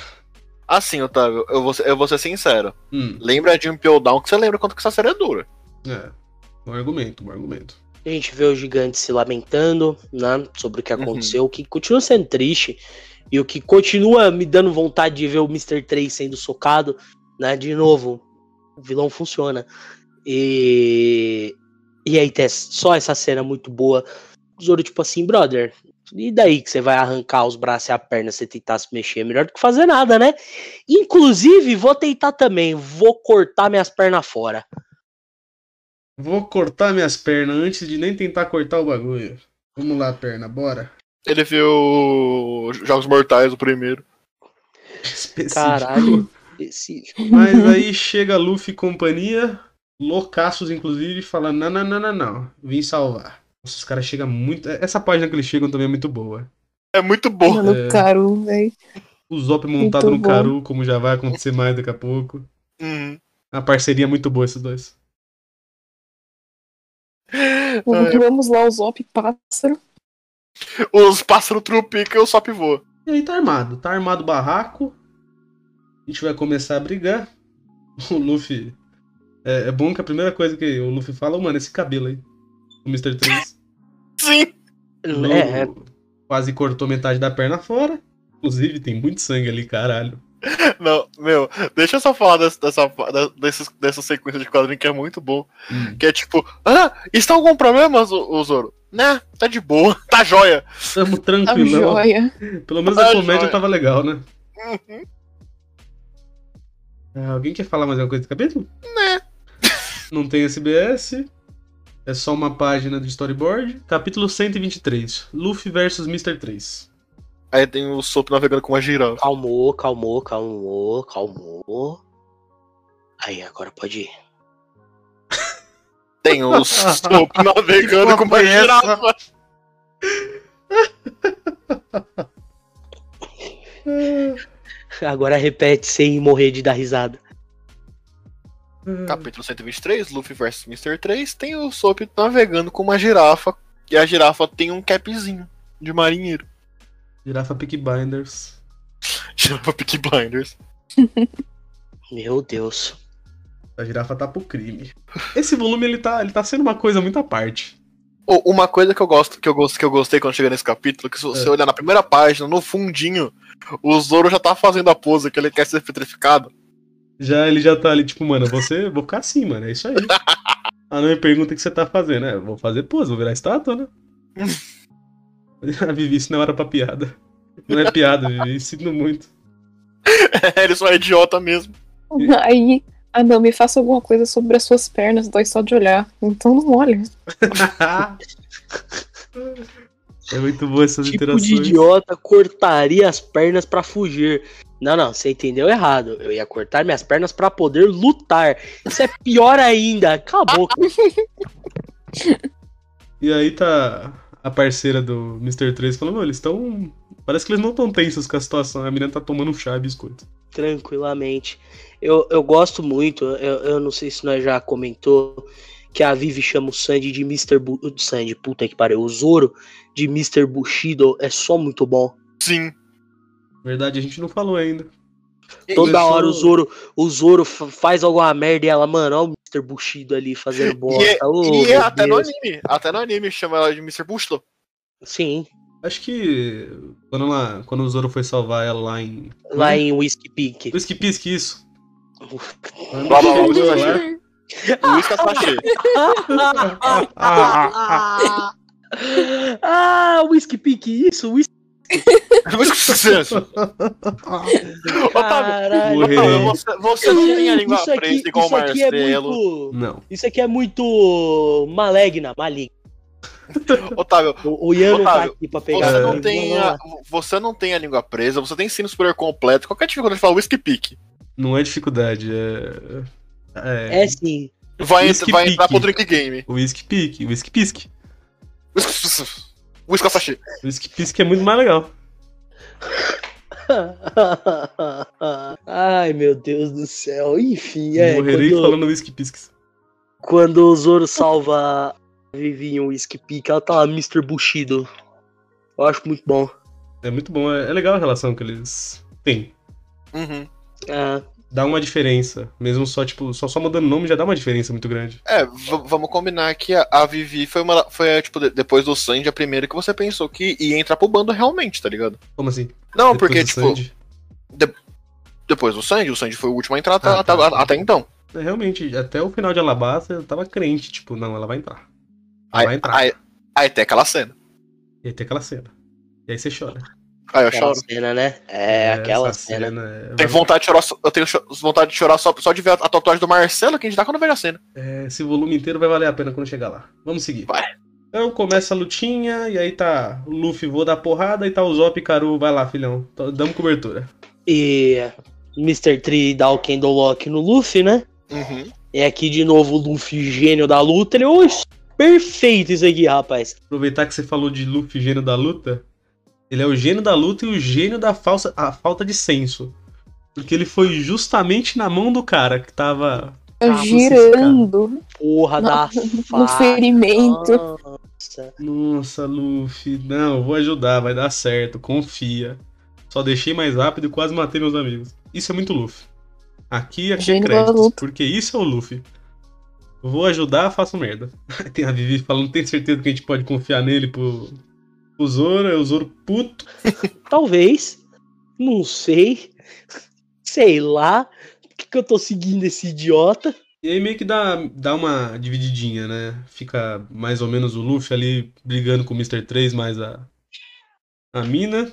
Speaker 5: Assim, Otávio, eu vou, ser- eu vou ser sincero.
Speaker 2: Hum,
Speaker 5: Lembra de um Down que você lembra quanto que essa série é dura.
Speaker 2: é. Bom argumento, bom argumento.
Speaker 3: A gente vê o gigante se lamentando, né? Sobre o que aconteceu, o que continua sendo triste. E o que continua me dando vontade de ver o Mr. 3 sendo socado, né? De novo, o vilão funciona. E. E aí, Tess, só essa cena muito boa. O Zoro, tipo assim, brother. E daí que você vai arrancar os braços e a perna se você tentar se mexer? É melhor do que fazer nada, né? Inclusive, vou tentar também. Vou cortar minhas pernas fora.
Speaker 2: Vou cortar minhas pernas antes de nem tentar cortar o bagulho. Vamos lá, perna, bora.
Speaker 5: Ele viu Jogos Mortais, o primeiro.
Speaker 2: Específico.
Speaker 3: Caralho. Esse
Speaker 2: Mas aí chega Luffy e companhia, loucaços inclusive, e fala: não, não, não, não, não, vim salvar. Nossa, os caras chegam muito. Essa página que eles chegam também é muito boa.
Speaker 5: É muito bom.
Speaker 4: Mano, caro, velho.
Speaker 2: O Zop montado
Speaker 4: Muito
Speaker 2: no
Speaker 4: bom.
Speaker 2: Caru, como já vai acontecer mais daqui a pouco.
Speaker 5: Hum.
Speaker 2: Uma parceria muito boa esses dois.
Speaker 4: Vamos lá, o Zop pássaro.
Speaker 5: Os pássaros trupicam e o Sop voa.
Speaker 2: E aí tá armado, tá armado o barraco. A gente vai começar a brigar. O Luffy. É, é bom que a primeira coisa que o Luffy fala, "Ô, mano, esse cabelo aí. O Mr. 3.
Speaker 5: Sim!
Speaker 2: Lu-
Speaker 3: é,
Speaker 2: Quase cortou metade da perna fora. Inclusive, tem muito sangue ali, caralho.
Speaker 5: Não, meu, deixa eu só falar dessa, dessa, da- desses- dessa sequência de quadrinho que é muito bom.
Speaker 2: Hum.
Speaker 5: Que é tipo, ah, estão com problemas, o, o Zoro? Né, tá de boa, tá joia.
Speaker 2: Tamo
Speaker 4: A
Speaker 2: tranquilão.
Speaker 4: joia.
Speaker 2: Pelo menos a
Speaker 5: Ah,
Speaker 2: comédia
Speaker 5: joia. Uhum.
Speaker 2: tava legal, né? Ah, alguém quer falar mais alguma coisa do capítulo?
Speaker 5: Né.
Speaker 2: Não tem SBS. É só uma página de storyboard. Capítulo 123. Luffy versus Mr. 3.
Speaker 5: Aí tem o Sop navegando com uma girafa.
Speaker 3: Calmou, calmou, calmou, calmou. Aí, agora pode ir.
Speaker 5: Tem o Sop navegando com uma
Speaker 2: Que porra é essa?
Speaker 5: girafa. Ah.
Speaker 3: Agora repete sem morrer de dar risada.
Speaker 5: Capítulo 123, Luffy vs Mr. 3. Tem o Sop navegando com uma girafa. E a girafa tem um capzinho de marinheiro.
Speaker 2: Girafa Pick Binders.
Speaker 5: Girafa Peaky Blinders.
Speaker 3: Meu Deus.
Speaker 2: A girafa tá pro crime. Esse volume ele tá, ele tá sendo uma coisa muito à parte.
Speaker 5: Ô, Uma coisa que eu gosto, que eu gosto, que eu gostei quando cheguei nesse capítulo, que se você
Speaker 2: É.
Speaker 5: olhar na primeira página, no fundinho, o Zoro já tá fazendo a pose que ele quer ser petrificado.
Speaker 2: Já ele já tá ali, tipo, mano, você vou ficar assim, mano. É isso aí. A Nami pergunta o que você tá fazendo. É, vou fazer pose, vou virar estátua, né? A Vivi, isso não era pra piada. Não é piada, Vivi, sinto muito.
Speaker 5: ele só é idiota mesmo.
Speaker 4: Aí, ah não, me faça alguma coisa sobre as suas pernas, dói só de olhar. Então não olha.
Speaker 2: é muito boa essas
Speaker 3: Tipo
Speaker 2: interações.
Speaker 3: de idiota cortaria as pernas pra fugir. Não, não, você entendeu errado. Eu ia cortar minhas pernas pra poder lutar. Isso é pior ainda. Acabou. cara.
Speaker 2: E aí tá a parceira do Mr. 3 falando, "Meu, eles estão. Parece que eles não estão tensos com a situação. A menina tá tomando um chá e biscoito.
Speaker 3: Tranquilamente. Eu, eu gosto muito. Eu, eu não sei se nós já comentou que a Vivi chama o Sandy de Mr. Bu Sandy, puta que pariu. O Zoro de Mr. Bushido é só muito bom.
Speaker 5: Sim.
Speaker 2: Verdade, a gente não falou ainda.
Speaker 3: Toda
Speaker 5: Isso-
Speaker 3: hora o Zoro, o Zoro fa- faz alguma merda e ela, mano, olha o Mr. é- Bushido ali fazendo bosta.
Speaker 5: E,
Speaker 3: Ô,
Speaker 5: e
Speaker 3: meu
Speaker 5: até no
Speaker 3: Deus.
Speaker 5: anime. Até no anime chama ela de Mr. Busto.
Speaker 3: Sim.
Speaker 2: Acho que quando, ela, quando o Zoro foi salvar ela lá em.
Speaker 3: Lá em Whiskey Peak.
Speaker 2: Whisky Pisque, isso. Quando
Speaker 5: Blá, blá, blá,
Speaker 2: chegou lá,
Speaker 5: blá, blá. Luiz Castache.
Speaker 3: ah, Whiskey Peak, isso? Whiskey...
Speaker 5: Luiz Sucesso. Otávio,
Speaker 3: Caralho.
Speaker 5: Otávio, você, você não tem a língua
Speaker 3: Hum, Isso aqui,
Speaker 5: presa igual o
Speaker 3: isso aqui é
Speaker 5: Marcelo.
Speaker 3: muito...
Speaker 2: Não.
Speaker 3: Isso aqui é muito maligna, maligna.
Speaker 5: Otávio,
Speaker 3: O, o Ian não tá
Speaker 5: Otávio,
Speaker 3: aqui pra pegar.
Speaker 5: você não,
Speaker 3: comigo,
Speaker 5: tem
Speaker 3: vamos
Speaker 5: a,
Speaker 3: lá.
Speaker 5: você não tem a língua presa, você tem ensino superior completo. Qualquer dificuldade de falar whisky pique.
Speaker 2: Não é dificuldade, é. É.
Speaker 3: É sim.
Speaker 5: Vai,
Speaker 2: Whisky
Speaker 5: entra, vai entrar
Speaker 2: pique.
Speaker 5: pro drink game.
Speaker 2: Whisky Pique, Whisky Pisque.
Speaker 5: Luiz Castache.
Speaker 2: Whisky Pisque é muito mais legal.
Speaker 3: Ai, meu Deus do céu. Enfim, é.
Speaker 2: Morrerei
Speaker 3: Quando,
Speaker 2: falando Whisky Pisques.
Speaker 3: quando o Zoro salva a Vivi em Whiskey Peak, ela tá lá, Mr. Bushido. Eu acho muito bom.
Speaker 2: É muito bom, é, é legal a relação que eles têm.
Speaker 5: Uhum.
Speaker 3: É.
Speaker 2: Dá uma diferença. Mesmo só, tipo, só, só mudando nome já dá uma diferença muito grande.
Speaker 5: É, v- vamos combinar que a, a Vivi foi uma. Foi, tipo, de- depois do Sandy, a primeira que você pensou que ia entrar pro bando realmente, tá ligado?
Speaker 2: Como assim?
Speaker 5: Não,
Speaker 2: Depois
Speaker 5: porque,
Speaker 2: do
Speaker 5: tipo,
Speaker 2: Sandy.
Speaker 5: depois do Sandy, o Sandy foi o último a entrar até-
Speaker 2: Ah, tá.
Speaker 5: até- até então.
Speaker 2: É, Realmente, até o final de Alabasta eu tava crente, tipo, não, ela vai entrar. Ela
Speaker 5: Aí,
Speaker 2: vai entrar.
Speaker 5: aí, aí tem aquela cena.
Speaker 2: E aí tem aquela cena. E aí você chora.
Speaker 5: Aí eu
Speaker 3: Aquela
Speaker 5: choro.
Speaker 3: cena, né? É, aquela
Speaker 2: essa
Speaker 3: cena.
Speaker 2: é-
Speaker 5: Tenho vontade de chorar, só- eu tenho cho- vontade de chorar só, só de ver a, a tatuagem do Marcelo que a gente dá quando vejo a cena.
Speaker 2: É, Esse volume inteiro vai valer a pena quando chegar lá. Vamos seguir.
Speaker 5: Vai.
Speaker 2: Então começa a lutinha, e aí tá o Luffy vou dar porrada, e tá o Zop e Caru, vai lá, filhão. Tô- Damos cobertura.
Speaker 3: é- E Mr. Tree dá o Kendall Lock no Luffy, né?
Speaker 5: Uhum.
Speaker 3: E aqui de novo o Luffy gênio da luta. Ele, "Ô, perfeito isso aqui, rapaz.
Speaker 2: Aproveitar que você falou de Luffy gênio da luta. Ele é o gênio da luta e o gênio da falsa, a falta de senso. Porque ele foi justamente na mão do cara que tava.
Speaker 4: Eu
Speaker 2: Ah,
Speaker 4: Tá girando
Speaker 3: Porra
Speaker 4: Não,
Speaker 3: da
Speaker 4: no
Speaker 3: faca.
Speaker 4: ferimento.
Speaker 3: Nossa.
Speaker 2: Nossa, Luffy, não, vou ajudar, vai dar certo, confia. Só deixei mais rápido e quase matei meus amigos. Isso é muito Luffy. Aqui, aqui é
Speaker 4: Gênio da
Speaker 2: créditos,
Speaker 4: luta.
Speaker 2: porque isso é o Luffy. Vou ajudar, faço merda. Tem a Vivi falando, tem certeza que a gente pode confiar nele pro, pro Zoro, é o Zoro puto.
Speaker 3: Talvez. Não sei. Sei lá. Por que, que eu tô seguindo esse idiota?
Speaker 2: E aí meio que dá, dá uma divididinha, né? Fica mais ou menos o Luffy ali brigando com o Mr. 3 mais a, a mina.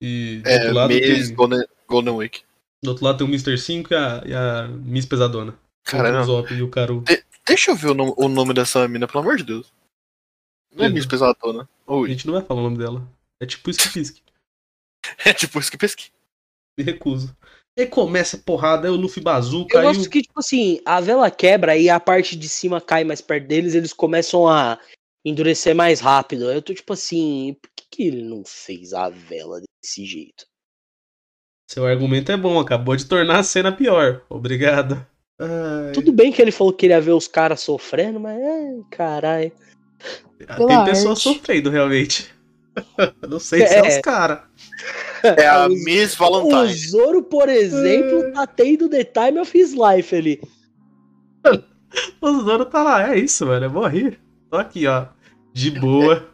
Speaker 2: E tipo, do
Speaker 5: É,
Speaker 2: outro lado
Speaker 5: Miss
Speaker 2: tem-
Speaker 5: Golden, Golden Week.
Speaker 2: Do outro lado tem o Mr. 5 e a, e a Miss Pesadona. O
Speaker 5: Caramba.
Speaker 2: Zop e o Caru.
Speaker 5: Deixa eu ver o, nome- o nome dessa mina, pelo amor de Deus. Não é
Speaker 2: Pedro.
Speaker 5: Miss Pesadona.
Speaker 2: A
Speaker 5: Oi.
Speaker 2: gente não vai falar o nome dela. É tipo isso que fiz.
Speaker 5: É tipo isso que pesquei.
Speaker 2: Me recuso. E aí começa a porrada, aí o Luffy bazuca,
Speaker 3: Eu
Speaker 2: aí
Speaker 3: gosto
Speaker 2: o...
Speaker 3: que, tipo assim, a vela quebra e a parte de cima cai mais perto deles, eles começam a endurecer mais rápido. Eu tô tipo assim, por que, que ele não fez a vela desse jeito?
Speaker 2: seu argumento é bom, acabou de tornar a cena pior. Obrigado. Ai,
Speaker 3: Tudo bem que ele falou que queria ver os caras sofrendo, mas ai, caralho.
Speaker 2: Tem
Speaker 4: pela
Speaker 2: pessoas
Speaker 4: arte.
Speaker 2: sofrendo, realmente. não sei se é,
Speaker 3: É.
Speaker 2: os caras.
Speaker 5: É a Miss
Speaker 3: O
Speaker 5: Valentine.
Speaker 3: Zoro, por exemplo, tá tendo The Time of His Life ali.
Speaker 2: O Zoro tá lá, é isso, velho. Eu vou rir. Tô aqui, ó. De boa.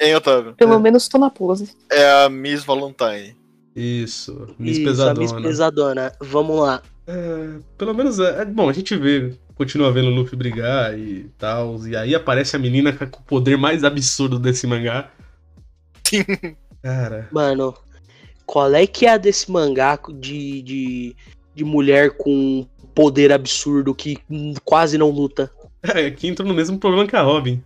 Speaker 5: Hein, Otávio?
Speaker 2: É.
Speaker 4: Pelo menos tô na pose.
Speaker 5: É a Miss Valentine.
Speaker 2: Isso. Miss
Speaker 3: Isso, a
Speaker 2: Pesadona.
Speaker 3: Miss Pesadona. Vamos lá.
Speaker 2: É, pelo menos, é, é- bom, a gente vê, continua vendo o Luffy brigar e tal, e aí aparece a menina com o poder mais absurdo desse mangá.
Speaker 5: Sim.
Speaker 2: Cara,
Speaker 3: Mano, qual é que é a desse mangá de, de, de mulher com poder absurdo que hum, quase não luta?
Speaker 2: aqui entra é, no mesmo problema que a Robin.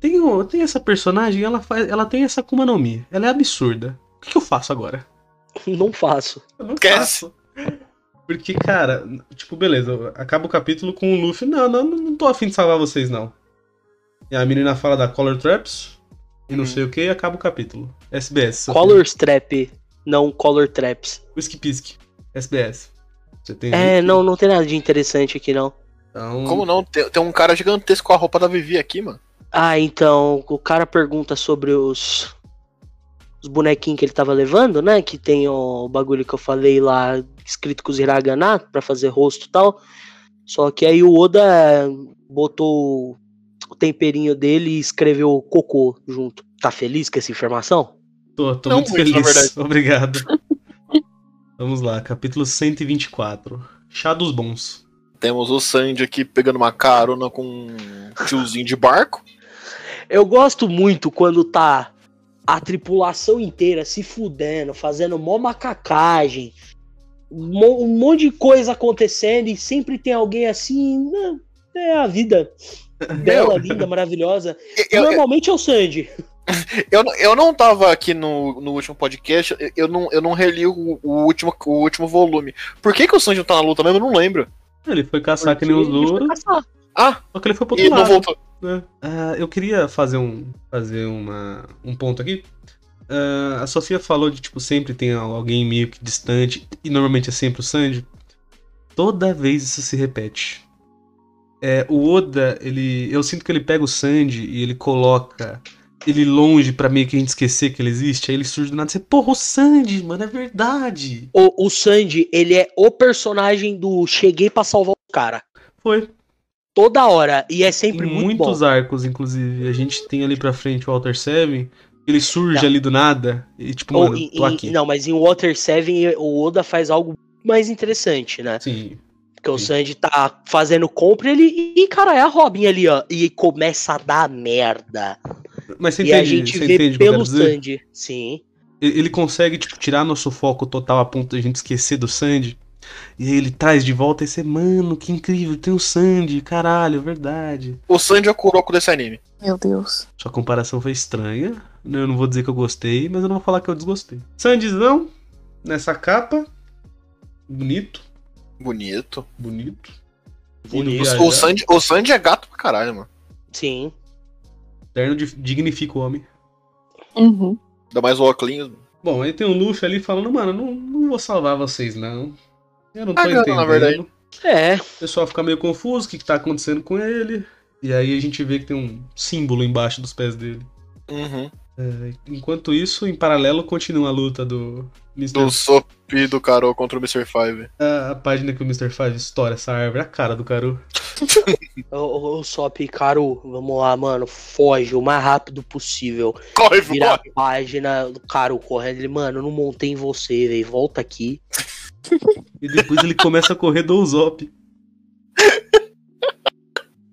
Speaker 2: Tem, o- tem essa personagem, ela, faz, ela tem essa Akuma no Mi, ela é absurda. O que, que eu faço agora?
Speaker 3: Não faço.
Speaker 2: Eu não
Speaker 5: Esquece.
Speaker 2: faço. Porque, cara, tipo, beleza, acaba o capítulo com o Luffy, não, não, não tô afim de salvar vocês, não. E a menina fala da Color Traps, e não
Speaker 5: Uhum.
Speaker 2: sei o que, e acaba o capítulo. SBS. só
Speaker 3: Color Strap, não Color Traps.
Speaker 2: Whisky Pisk, SBS. Você tem
Speaker 3: É,
Speaker 2: link?
Speaker 3: não, não tem nada de interessante aqui, não.
Speaker 2: Então,
Speaker 5: Como não? Tem, tem um cara gigantesco com a roupa da Vivi aqui, mano.
Speaker 3: Ah, então, o cara pergunta sobre os, os bonequinhos que ele tava levando, né? Que tem o bagulho que eu falei lá, escrito com os hiragana, pra fazer rosto e tal. Só que aí o Oda botou o temperinho dele e escreveu cocô junto. Tá feliz com essa informação?
Speaker 2: Tô, tô
Speaker 5: Não
Speaker 2: muito
Speaker 5: muito, na
Speaker 2: feliz. Obrigado. Vamos lá, capítulo 124. Chá dos bons.
Speaker 5: Temos o Sandy aqui pegando uma carona com um tiozinho de barco.
Speaker 3: Eu gosto muito quando tá a tripulação inteira se fudendo, fazendo mó macacagem, mo- um monte de coisa acontecendo e sempre tem alguém assim. né? É a vida bela, linda, maravilhosa.
Speaker 5: Eu, eu,
Speaker 3: Normalmente é o Sandy.
Speaker 5: eu, não- eu não tava aqui no, no último podcast, eu- eu não, eu não reli o, o último, o último volume. Por que, que o Sanji não tá na luta mesmo? Eu não lembro.
Speaker 2: Ele foi caçar que nem os
Speaker 3: Porque ele foi
Speaker 2: ouros,
Speaker 3: caçar.
Speaker 5: Ah,
Speaker 2: só que ele foi pro
Speaker 5: e
Speaker 2: outro
Speaker 5: não
Speaker 2: lado.
Speaker 5: voltou.
Speaker 2: né? Ah, eu queria fazer um, fazer uma, um ponto aqui. Ah, a Sofia falou de, tipo, sempre tem alguém meio que distante, e normalmente é sempre o Sandy. Toda vez isso se repete. É, o Oda, ele, eu sinto que ele pega o Sandy e ele coloca ele longe pra meio que a gente esquecer que ele existe, aí ele surge do nada e você, porra, o Sandy, mano, é verdade.
Speaker 3: O, o Sandy, ele é o personagem do cheguei pra salvar o cara.
Speaker 2: Foi.
Speaker 3: Toda hora. E é sempre
Speaker 2: Em
Speaker 3: muito
Speaker 2: muitos
Speaker 3: bom.
Speaker 2: arcos, inclusive. A gente tem ali pra frente o Walter Seven. Ele surge
Speaker 3: Não.
Speaker 2: ali do nada e tipo,
Speaker 3: Ou
Speaker 2: mano,
Speaker 3: em-
Speaker 2: tô
Speaker 3: em-
Speaker 2: aqui.
Speaker 3: não, mas em Water 7 o Oda faz algo mais interessante, né?
Speaker 2: Sim.
Speaker 3: Porque o
Speaker 2: Sim.
Speaker 3: Sandy tá fazendo compra ele, e, cara, é a Robin ali, ó. E começa a dar merda.
Speaker 2: Mas você
Speaker 3: e a
Speaker 2: entende,
Speaker 3: gente
Speaker 2: você
Speaker 3: vê
Speaker 2: entende o que eu
Speaker 3: pelo
Speaker 2: quero dizer?
Speaker 3: Sandy. Sim.
Speaker 2: Ele ele consegue, tipo, tirar nosso foco total a ponto da gente esquecer do Sandy. E aí ele traz de volta e você, mano, que incrível, tem o Sandy, caralho, verdade.
Speaker 5: O Sanji é o Kuroko desse anime.
Speaker 4: Meu Deus.
Speaker 2: Sua comparação foi estranha. né? Eu não vou dizer que eu gostei, mas eu não vou falar que eu desgostei. Sandizão, nessa capa. Bonito,
Speaker 5: Bonito.
Speaker 2: bonito.
Speaker 3: Bonito.
Speaker 2: Indo
Speaker 5: O,
Speaker 2: viajar.
Speaker 5: Sanji, o Sanji é gato pra caralho, mano.
Speaker 3: Sim.
Speaker 2: Terno de- dignifica o homem.
Speaker 4: Uhum.
Speaker 5: Ainda mais o óculos.
Speaker 2: Bom, aí tem o Luffy ali falando, mano, não, não vou salvar vocês, não. Eu não tô
Speaker 5: Cagando,
Speaker 2: entendendo.
Speaker 5: Ah, na verdade.
Speaker 3: É.
Speaker 2: O pessoal fica meio confuso, o que, que tá acontecendo com ele. E aí a gente vê que tem um símbolo embaixo dos pés dele.
Speaker 5: Uhum.
Speaker 2: É, enquanto isso, em paralelo, continua a luta do Mr.
Speaker 5: Do Sop e do Karol contra o Mr. Five.
Speaker 2: A, a página que o Mr. Five estoura essa árvore, a cara do Caru.
Speaker 3: O, o, o Sop, Caro, vamos lá, mano. Foge o mais rápido possível.
Speaker 5: Corre,
Speaker 3: Vira a
Speaker 5: corre.
Speaker 3: página do Caro correndo. Ele, mano, eu não montei em você, velho. Volta aqui.
Speaker 2: E depois ele começa a correr do Usopp.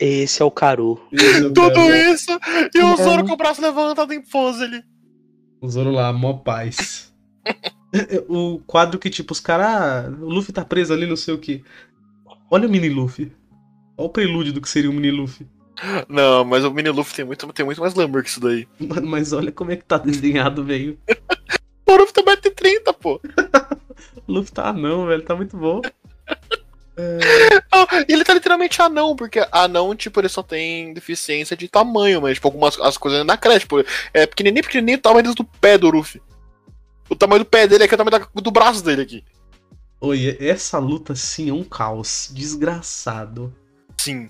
Speaker 3: Esse é o Caro.
Speaker 2: Esse é o
Speaker 5: Tudo
Speaker 2: Caru.
Speaker 5: isso e o
Speaker 4: Não.
Speaker 5: Zoro com o braço levantado em pose ali.
Speaker 2: O Zoro lá, mó paz. o quadro que, tipo, os caras. Ah, o Luffy tá preso ali, não sei o que. Olha o mini Luffy. Olha o prelúdio do que seria o mini Luffy.
Speaker 5: Não, mas o Mini Luffy tem muito, tem muito mais glamour que isso daí.
Speaker 2: Mano, mas olha como é que tá desenhado, velho.
Speaker 5: O Luffy também tem 30, pô.
Speaker 2: O Luffy tá anão, velho. Tá muito bom. É,
Speaker 5: Ah, Ele tá literalmente anão, porque anão, tipo, ele só tem deficiência de tamanho, mas, tipo, algumas as coisas na creche, tipo, é pequenininho, pequenininho, o tamanho do pé do Luffy. O tamanho do pé dele aqui é o tamanho da- do braço dele aqui.
Speaker 2: Oi, essa luta sim é um caos. Desgraçado.
Speaker 5: Sim.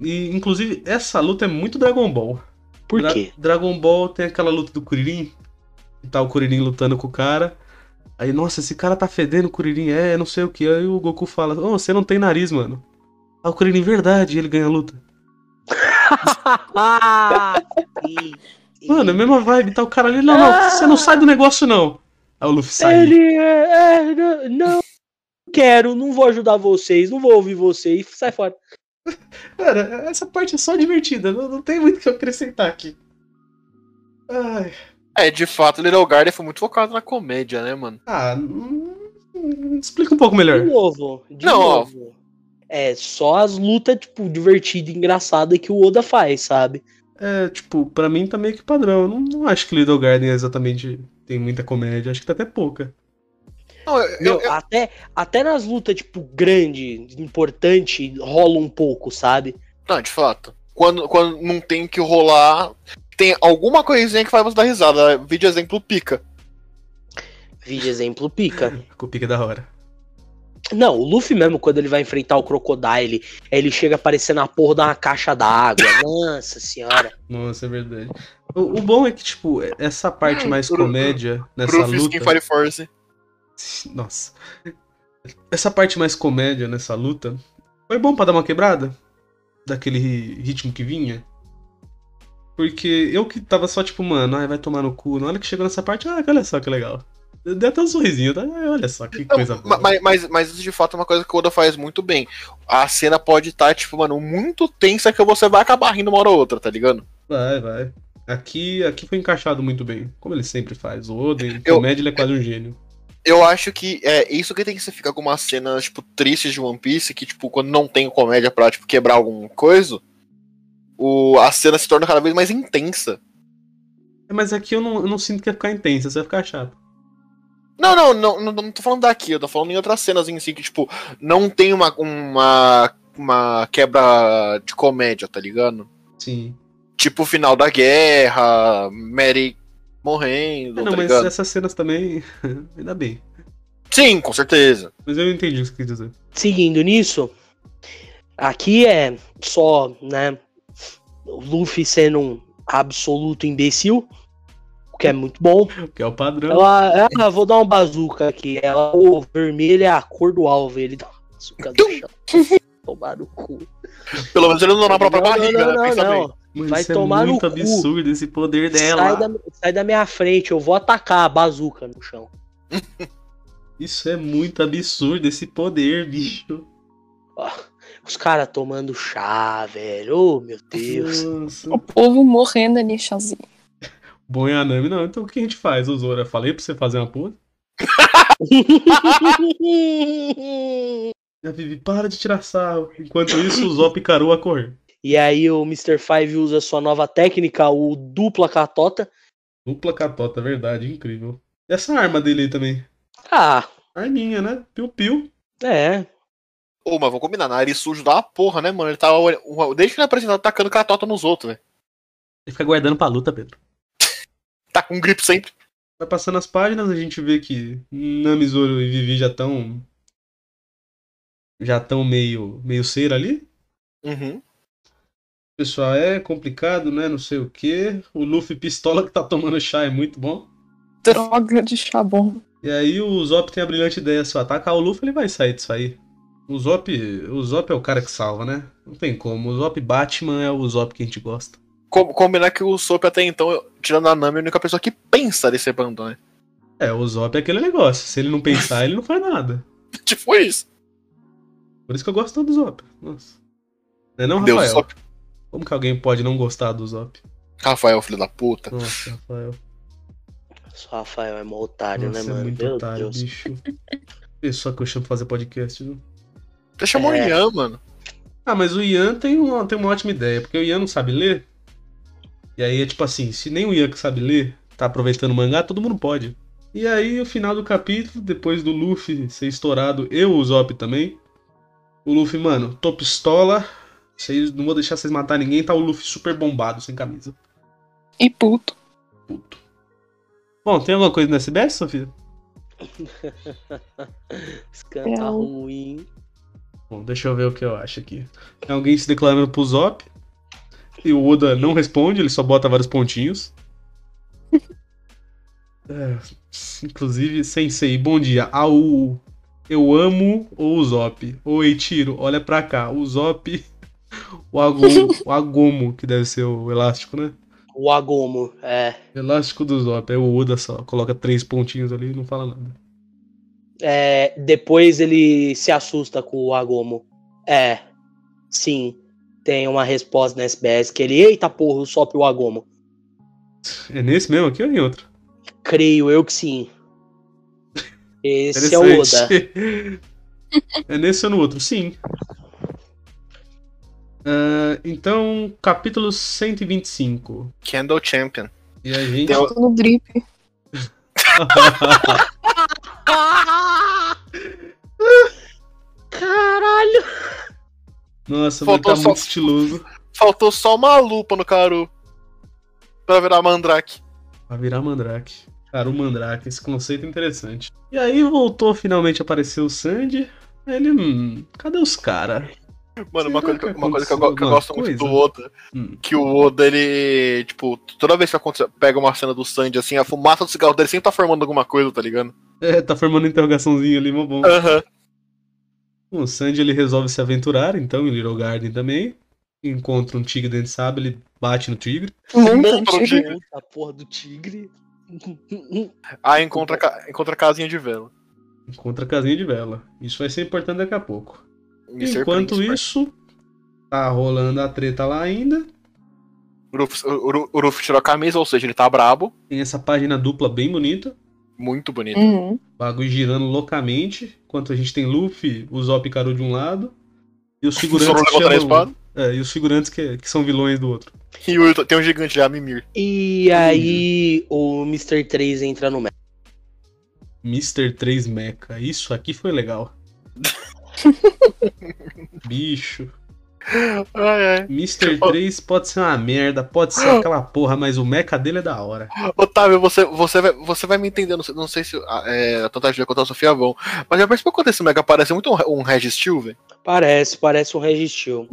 Speaker 2: E, inclusive, essa luta é muito Dragon Ball.
Speaker 3: Por
Speaker 2: Dra-
Speaker 3: quê?
Speaker 2: Dragon Ball tem aquela luta do Kuririn. E tá o Kuririn lutando com o cara. Aí, nossa, esse cara tá fedendo o Kuririn. É, não sei o que. Aí o Goku fala: Ô, você não tem nariz, mano. Aí o Kuririn, verdade, e ele ganha a luta.
Speaker 3: Sim, sim.
Speaker 2: Mano, é a mesma vibe. Tá o cara ali: Não, não, você não sai do negócio, não. Aí o Luffy sai.
Speaker 3: Ah! Ele é, é, não, não quero, não vou ajudar vocês, não vou ouvir vocês, sai fora.
Speaker 2: Cara, essa parte é só divertida. Não, não tem muito o que eu acrescentar aqui. Ai,
Speaker 5: É, de fato, Little Garden foi muito focado na comédia, né, mano?
Speaker 2: ah, hum, hum, explica um pouco
Speaker 3: De
Speaker 2: melhor.
Speaker 3: novo, de
Speaker 5: É. Não, ó.
Speaker 3: novo. É só as lutas, tipo, divertida e engraçada que o Oda faz, sabe?
Speaker 2: É, tipo, pra mim tá meio que padrão. Eu Não, não acho que Little Garden é exatamente tem muita comédia. Acho que tá até pouca.
Speaker 5: Não, eu-
Speaker 3: Meu,
Speaker 5: eu- eu-
Speaker 3: Até, até nas lutas, tipo, grande, importante, rola um pouco, sabe?
Speaker 5: não, de fato. Quando, quando não tem o que rolar, tem alguma coisinha que faz você dar risada. Vídeo exemplo, pica.
Speaker 3: Vídeo exemplo, pica.
Speaker 2: Ficou pica é da hora.
Speaker 3: Não, o Luffy mesmo, quando ele vai enfrentar o Crocodile, ele chega aparecendo a porra da uma caixa d'água. Nossa senhora.
Speaker 2: Nossa, é verdade. O, o bom é que, tipo, essa parte mais comédia nessa
Speaker 5: Proof Skin
Speaker 2: luta.
Speaker 5: Fire Force.
Speaker 2: Nossa. Essa parte mais comédia nessa luta foi bom pra dar uma quebrada daquele ri- ritmo que vinha. Porque eu que tava só tipo, mano, ai, vai tomar no cu. Na hora que chegou nessa parte, ah, olha só que legal. Deu até um sorrisinho, tá? Ai, Olha só que
Speaker 5: Não,
Speaker 2: coisa
Speaker 5: ma-
Speaker 2: boa.
Speaker 5: mas, mas, mas isso de fato é uma coisa que o Oda faz muito bem. A cena pode estar, tipo, mano, muito tensa que você vai acabar rindo uma hora ou outra, tá ligado?
Speaker 2: Vai, vai. Aqui, aqui foi encaixado muito bem, como ele sempre faz. O Oden,
Speaker 5: Eu-
Speaker 2: comédia, ele é quase um gênio.
Speaker 5: Eu acho que é isso que tem que ser ficar com uma cena, tipo, triste de One Piece, que, tipo, quando não tem comédia pra, tipo, quebrar alguma coisa, o, a cena se torna cada vez mais intensa.
Speaker 2: É, Mas aqui eu não, eu não sinto que ia ficar intensa, você vai ficar chato.
Speaker 5: Não, não, não, não, não tô falando daqui, eu tô falando em outras cenas em si que, tipo, não tem uma, uma, uma quebra de comédia, tá ligado?
Speaker 2: Sim.
Speaker 5: Tipo o final da guerra, Mary morrendo,
Speaker 2: É, não,
Speaker 5: tá
Speaker 2: mas
Speaker 5: ligado?
Speaker 2: essas cenas também, ainda bem.
Speaker 5: Sim, com certeza.
Speaker 2: Mas eu entendi o que você quis dizer.
Speaker 3: Seguindo nisso, aqui é só, né, o Luffy sendo um absoluto imbecil, o que é muito bom.
Speaker 2: Que é o padrão.
Speaker 3: Ela, ah, vou dar um bazuca aqui. Ela, o vermelho é a cor do alvo, ele dá uma bazuca no
Speaker 5: Tum!
Speaker 3: chão. Tomar no cu.
Speaker 5: Pelo menos ele não dá na própria barriga, né?
Speaker 3: não,
Speaker 5: Pensa
Speaker 3: não,
Speaker 5: bem.
Speaker 3: não.
Speaker 2: Mano,
Speaker 3: vai
Speaker 2: isso
Speaker 3: tomar
Speaker 2: é
Speaker 3: no
Speaker 2: muito
Speaker 3: cu.
Speaker 2: absurdo esse poder
Speaker 3: Sai
Speaker 2: dela.
Speaker 3: da, sai da minha frente, eu vou atacar a bazuca no chão.
Speaker 2: Isso é muito absurdo esse poder, bicho.
Speaker 3: Os caras tomando chá, velho. Ô, meu Deus.
Speaker 2: Nossa.
Speaker 4: O povo morrendo ali, chazinho.
Speaker 2: Bom, é a Nami, não. Então o que a gente faz, ô Zora? Falei pra você fazer uma porra. A Vivi, para de tirar sarro. Enquanto isso, o Zop encarou a correr.
Speaker 3: e aí o Mr. Five usa sua nova técnica, o dupla catota.
Speaker 2: Dupla catota, verdade, incrível. E essa arma dele aí também.
Speaker 3: Ah,
Speaker 2: Arminha, né? Piu-piu.
Speaker 3: é.
Speaker 5: Ô, mas vou combinar, nariz sujo da porra, né, mano? Ele tava. olha- o- Desde que ele é apresentado, tacando catota nos outros, né? velho.
Speaker 2: Ele fica guardando pra luta, Pedro.
Speaker 5: Tá com grip sempre.
Speaker 2: Vai passando as páginas, a gente vê que Nami, Zoro e Vivi já estão. Já estão meio, meio cera ali.
Speaker 5: Uhum.
Speaker 2: Pessoal, é complicado, né? Não sei o quê. O Luffy pistola que tá tomando chá é muito bom.
Speaker 4: Droga de chabon.
Speaker 2: E aí o Zop tem a brilhante ideia, se eu atacar o Luffy, ele vai sair disso aí. O Zop, o Zop é o cara que salva, né? Não tem como. O Zop Batman é o Zop que a gente gosta.
Speaker 5: Com- combinar que o Sop até então, eu- tirando a Nami, é a única pessoa que pensa desse bando, né?
Speaker 2: É, o Zop é aquele negócio. Se ele não pensar, ele não faz nada.
Speaker 5: Tipo isso.
Speaker 2: Por isso que eu gosto tanto do Zop. Nossa. Não é não,
Speaker 5: Deus,
Speaker 2: Rafael?
Speaker 5: Sop.
Speaker 2: Como que alguém pode não gostar do Zop?
Speaker 5: Rafael, filho da puta.
Speaker 2: Nossa, Rafael.
Speaker 3: Só Rafael é mó otário,
Speaker 2: Nossa,
Speaker 3: né,
Speaker 2: é
Speaker 3: mano?
Speaker 2: muito
Speaker 3: Meu
Speaker 2: otário,
Speaker 3: Deus.
Speaker 2: bicho. Pessoa que eu chamo pra fazer podcast, viu?
Speaker 5: Já chamou
Speaker 3: É.
Speaker 5: o Ian, mano.
Speaker 2: Ah, mas o Ian tem uma, tem uma ótima ideia, porque o Ian não sabe ler. E aí é tipo assim, se nem o Ian que sabe ler tá aproveitando o mangá, todo mundo pode. E aí, o final do capítulo, depois do Luffy ser estourado, eu o Zop também. O Luffy, mano, tô pistola. Vocês, não vou deixar vocês matar ninguém, tá o Luffy super bombado, sem camisa.
Speaker 4: E puto.
Speaker 2: Puto. Bom, tem alguma coisa no SBS, Sofia?
Speaker 3: Esse canto tá
Speaker 4: Eu-
Speaker 3: ruim.
Speaker 2: Bom, deixa eu ver o que eu acho aqui. Tem alguém se declarando pro Zop. E o Oda não responde, ele só bota vários pontinhos. É, inclusive, Sensei, bom dia. Au, eu amo ou o Zop? Ou Eiichiro, olha pra cá. O Zop, o Agomo, o Agomo, que deve ser o elástico, né?
Speaker 3: O Agomo, é.
Speaker 2: Elástico do Zop. Aí o Oda só coloca três pontinhos ali e não fala nada.
Speaker 3: É, depois ele se assusta com o Agomo. É, sim. Tem uma resposta na SBS que ele, eita porra, o Sop e o Agomo.
Speaker 2: É nesse mesmo aqui ou em outro?
Speaker 3: Creio eu que sim. Esse é o Oda.
Speaker 2: Interessante. é nesse ou no outro? Sim. Ah, então, capítulo 125.
Speaker 5: Kendall Champion.
Speaker 2: E é a gente.
Speaker 5: Deu-
Speaker 4: Tô no drip.
Speaker 3: Caralho!
Speaker 2: Nossa, vai
Speaker 5: Faltou
Speaker 2: tá
Speaker 5: só-
Speaker 2: muito estiloso.
Speaker 5: Faltou só uma lupa no Caru. Pra virar Mandrake.
Speaker 2: Vai virar Mandrake. Cara, o Mandrake, esse conceito é interessante. E aí voltou, finalmente apareceu o Sandy. Aí ele. Hum, cadê os caras?
Speaker 5: Mano, uma
Speaker 2: Será
Speaker 5: coisa,
Speaker 2: que
Speaker 5: que, uma coisa que
Speaker 2: aconteceu
Speaker 5: eu, go- que eu
Speaker 2: alguma
Speaker 5: gosto muito do
Speaker 2: coisa?
Speaker 5: Oda,
Speaker 2: Hum.
Speaker 5: que o Oda, ele, tipo, toda vez que acontece, pega uma cena do Sandy, assim, a fumaça do cigarro dele sempre tá formando alguma coisa, tá ligado?
Speaker 2: É, tá formando interrogaçãozinho ali, mó bom.
Speaker 5: Aham.
Speaker 2: Bom, O Sandy ele resolve se aventurar, então, em Little Garden também. encontra um tigre dentro de sabre, ele bate no tigre.
Speaker 4: Monta um
Speaker 5: Monta no
Speaker 4: tigre.
Speaker 5: tigre.
Speaker 3: A porra do tigre.
Speaker 5: Aí encontra, ca- encontra casinha de vela.
Speaker 2: Encontra a casinha de vela. Isso vai ser importante daqui a pouco.
Speaker 5: Me
Speaker 2: Enquanto
Speaker 5: surpreende,
Speaker 2: isso, tá rolando a treta lá ainda.
Speaker 5: O Ruf- o Ru- o Ruf tirou a camisa, ou seja, ele tá brabo.
Speaker 2: Tem essa página dupla bem bonita.
Speaker 5: Muito
Speaker 2: Hum.
Speaker 5: bonito.
Speaker 4: Uhum.
Speaker 2: O bagulho girando loucamente. Enquanto a gente tem Luffy, o Zop e Karu de um lado. E os
Speaker 5: Zoro
Speaker 2: figurantes que,
Speaker 5: levantando a
Speaker 2: chamam- é, e os figurantes que, que são vilões do outro.
Speaker 5: E o Yuta- tem um gigante lá, Mimir.
Speaker 3: E aí o Mr. 3 entra no meta.
Speaker 2: Mr. 3 Mecha. Isso aqui foi legal. Bicho.
Speaker 5: Ai,
Speaker 2: Mr. 3 pode ser uma merda, pode ser aquela porra, mas o mecha dele é da hora.
Speaker 5: ai. Otávio, você, você, vai, você vai me entender. Não sei, não sei se ah, é, a tentativa contra a Sofia é bom. Mas já percebeu quando esse Mega parece muito um, um Registil, velho?
Speaker 3: Parece, parece um registil.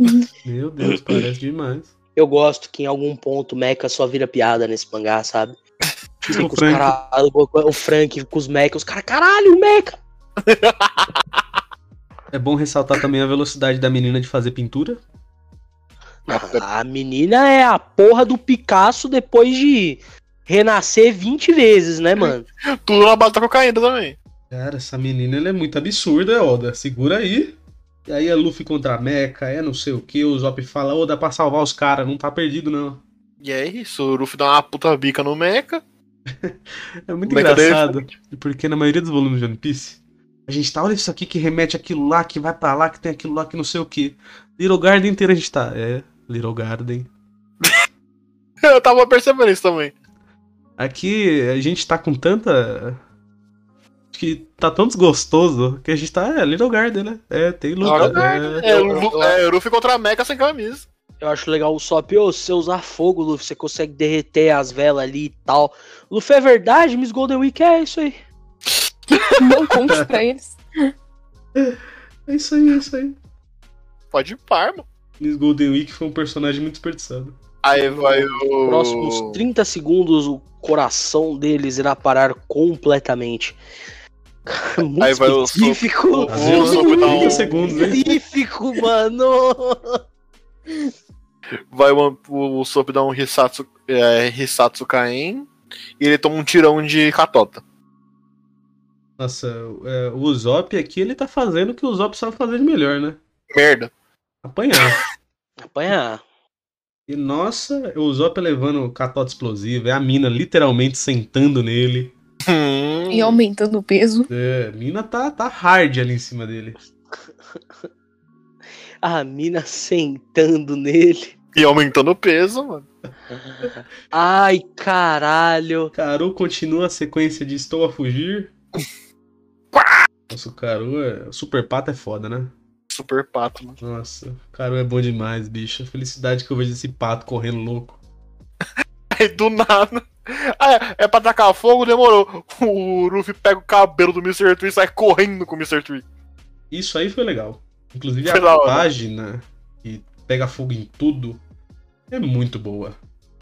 Speaker 2: Meu Deus, parece demais.
Speaker 3: Eu gosto que em algum ponto o Mecha só vira piada nesse mangá, sabe?
Speaker 2: Tipo
Speaker 3: Com
Speaker 2: o
Speaker 3: os
Speaker 2: Frank.
Speaker 3: cara- o Frank com os Mecha, os caras, caralho, o Mecha!
Speaker 2: É bom ressaltar também a velocidade da menina de fazer pintura. Ah,
Speaker 3: A menina é a porra do Picasso depois de renascer 20 vezes, né, mano?
Speaker 5: Tudo na base da cocaína também.
Speaker 2: Cara, essa menina ela é muito absurda, Oda. Segura aí. E aí é Luffy contra a Mecha, é não sei o que. O Zop fala, ô, dá pra salvar os caras, não tá perdido, não.
Speaker 5: E é isso, o Ruff dá uma puta bica no Mecha.
Speaker 2: É muito
Speaker 5: O Mecha dele-
Speaker 2: engraçado, porque na maioria dos volumes de One Piece, a gente tá, olha isso aqui que remete aquilo lá, que vai pra lá, que tem aquilo lá, que não sei o que. Little Garden inteiro a gente tá. É, Little Garden.
Speaker 5: Eu tava percebendo isso também.
Speaker 2: Aqui a gente tá com tanta. que tá tão desgostoso que a gente tá. É, Little Garden, né? É, tem luta.
Speaker 5: Agora,
Speaker 2: é.
Speaker 5: É, o Lu- é, o Ruff contra a Mecha sem camisa.
Speaker 3: Eu acho legal o Sop, ô, se você usar fogo, Luffy, você consegue derreter as velas ali e tal. Luffy, é verdade, Miss Golden Week é isso aí.
Speaker 4: Não conte pra eles.
Speaker 2: É isso aí, é isso aí.
Speaker 5: Pode ir par, mano.
Speaker 2: Miss Golden Week foi um personagem muito desperdiçado.
Speaker 5: Aí vai o.
Speaker 3: Próximos 30 segundos, o coração deles irá parar completamente. é Muito
Speaker 5: Aí vai o Sop-
Speaker 3: específico.
Speaker 5: o- o Sop dá um-
Speaker 2: 30 segundos, hein?
Speaker 3: Específico, mano.
Speaker 5: Vai o, o Sop dar um Hisatsu, é, Hisatsu Kaen e ele toma um tirão de catota.
Speaker 2: Nossa, é, o Usopp aqui ele tá fazendo o que o Usopp sabe fazer de melhor, né?
Speaker 5: Merda.
Speaker 2: Apanhar.
Speaker 3: Apanhar.
Speaker 2: E nossa, o Usopp levando o catota explosivo, é a mina literalmente sentando nele.
Speaker 5: Hum,
Speaker 4: E aumentando o peso.
Speaker 2: É, a mina tá, tá hard ali em cima dele.
Speaker 3: A mina sentando nele.
Speaker 5: e aumentando o peso, mano.
Speaker 3: Ai, caralho.
Speaker 2: Caru continua a sequência de Estou a Fugir. Nossa, o Caru é. O Super Pato é foda, né?
Speaker 5: Super pato, mano.
Speaker 2: Nossa, o Caru é bom demais, bicho. A felicidade que eu vejo desse pato correndo louco.
Speaker 5: Aí do nada. Ah, é, é pra tacar fogo, demorou. O Ruffy pega o cabelo do Mr. Tree e sai correndo com o Mr. Tree.
Speaker 2: Isso aí foi legal. Inclusive
Speaker 5: Foi da
Speaker 2: a
Speaker 5: hora.
Speaker 2: página que pega fogo em tudo é muito boa.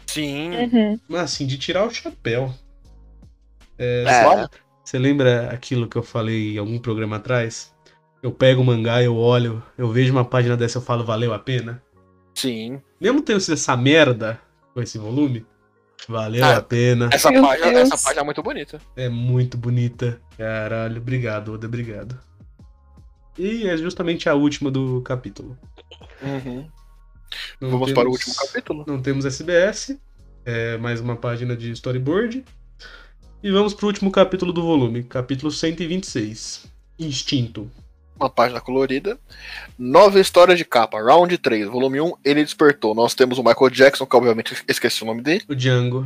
Speaker 5: Sim.
Speaker 4: Uhum.
Speaker 2: Mas assim, de tirar o chapéu.
Speaker 3: É,
Speaker 2: Você lembra aquilo que eu falei em algum programa atrás? Eu pego o mangá, eu olho, eu vejo uma página dessa eu falo, valeu a pena?
Speaker 5: Sim.
Speaker 2: Mesmo tendo sido essa merda com esse volume, valeu
Speaker 5: Ah,
Speaker 2: a pena.
Speaker 5: Essa
Speaker 4: Meu
Speaker 5: página,
Speaker 4: Deus.
Speaker 5: essa página é muito bonita.
Speaker 2: É muito bonita. Caralho, obrigado, Oda, obrigado. E é justamente a última do capítulo. Não
Speaker 5: Uhum. Vamos para o último capítulo.
Speaker 2: Não temos SBS, é mais uma página de storyboard. E vamos pro último capítulo do volume, capítulo 126. Instinto.
Speaker 5: Uma página colorida. Nova história de capa, round 3, volume 1, ele despertou. Nós temos o Michael Jackson, que obviamente esqueci o nome dele.
Speaker 2: O Django.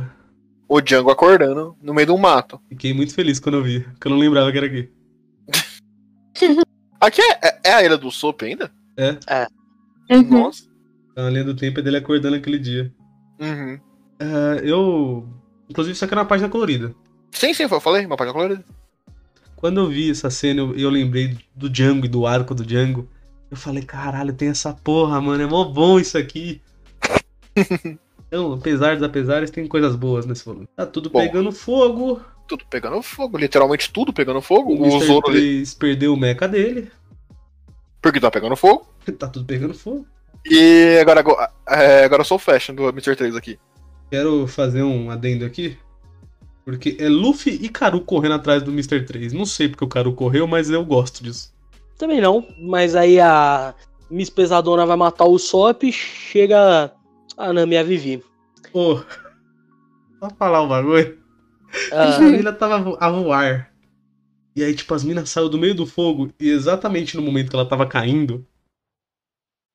Speaker 5: O Django acordando no meio de um mato.
Speaker 2: Fiquei muito feliz quando eu vi, porque eu não lembrava que era aqui.
Speaker 5: Aqui é, é- é a ilha do Sop ainda?
Speaker 4: Uhum.
Speaker 5: Nossa.
Speaker 2: Então, a linha do tempo é dele acordando aquele dia.
Speaker 5: Uhum.
Speaker 2: Ah, eu. Inclusive, isso aqui era uma página colorida.
Speaker 5: Sim, sim, eu falei, uma página colorida.
Speaker 2: Quando eu vi essa cena, eu, eu lembrei do Django e do arco do Django. Eu falei, caralho, tem essa porra, mano. É mó bom isso aqui. então, apesar dos apesares, tem coisas boas nesse volume. Tá tudo
Speaker 5: Bom.
Speaker 2: pegando fogo.
Speaker 5: Tudo pegando fogo, literalmente tudo pegando fogo.
Speaker 2: O
Speaker 5: O
Speaker 2: Mr.
Speaker 5: Zoro ali,
Speaker 2: 3 perdeu o mecha dele.
Speaker 5: porque tá pegando fogo.
Speaker 2: tá tudo pegando fogo.
Speaker 5: E agora, agora, é, agora eu sou o Fashion do Mr. 3 aqui.
Speaker 2: Quero fazer um adendo aqui. Porque é Luffy e Karu correndo atrás do Mr. 3. Não sei porque o Karu correu, mas eu gosto disso.
Speaker 3: Também não, mas aí a Miss Pesadona vai matar o Sop, chega a Nami e a Vivi.
Speaker 2: Pô, só falar o bagulho.
Speaker 3: Ah,
Speaker 2: A mina tava vo- a voar. E aí, tipo, as minas saiu do meio do fogo e exatamente no momento que ela tava caindo,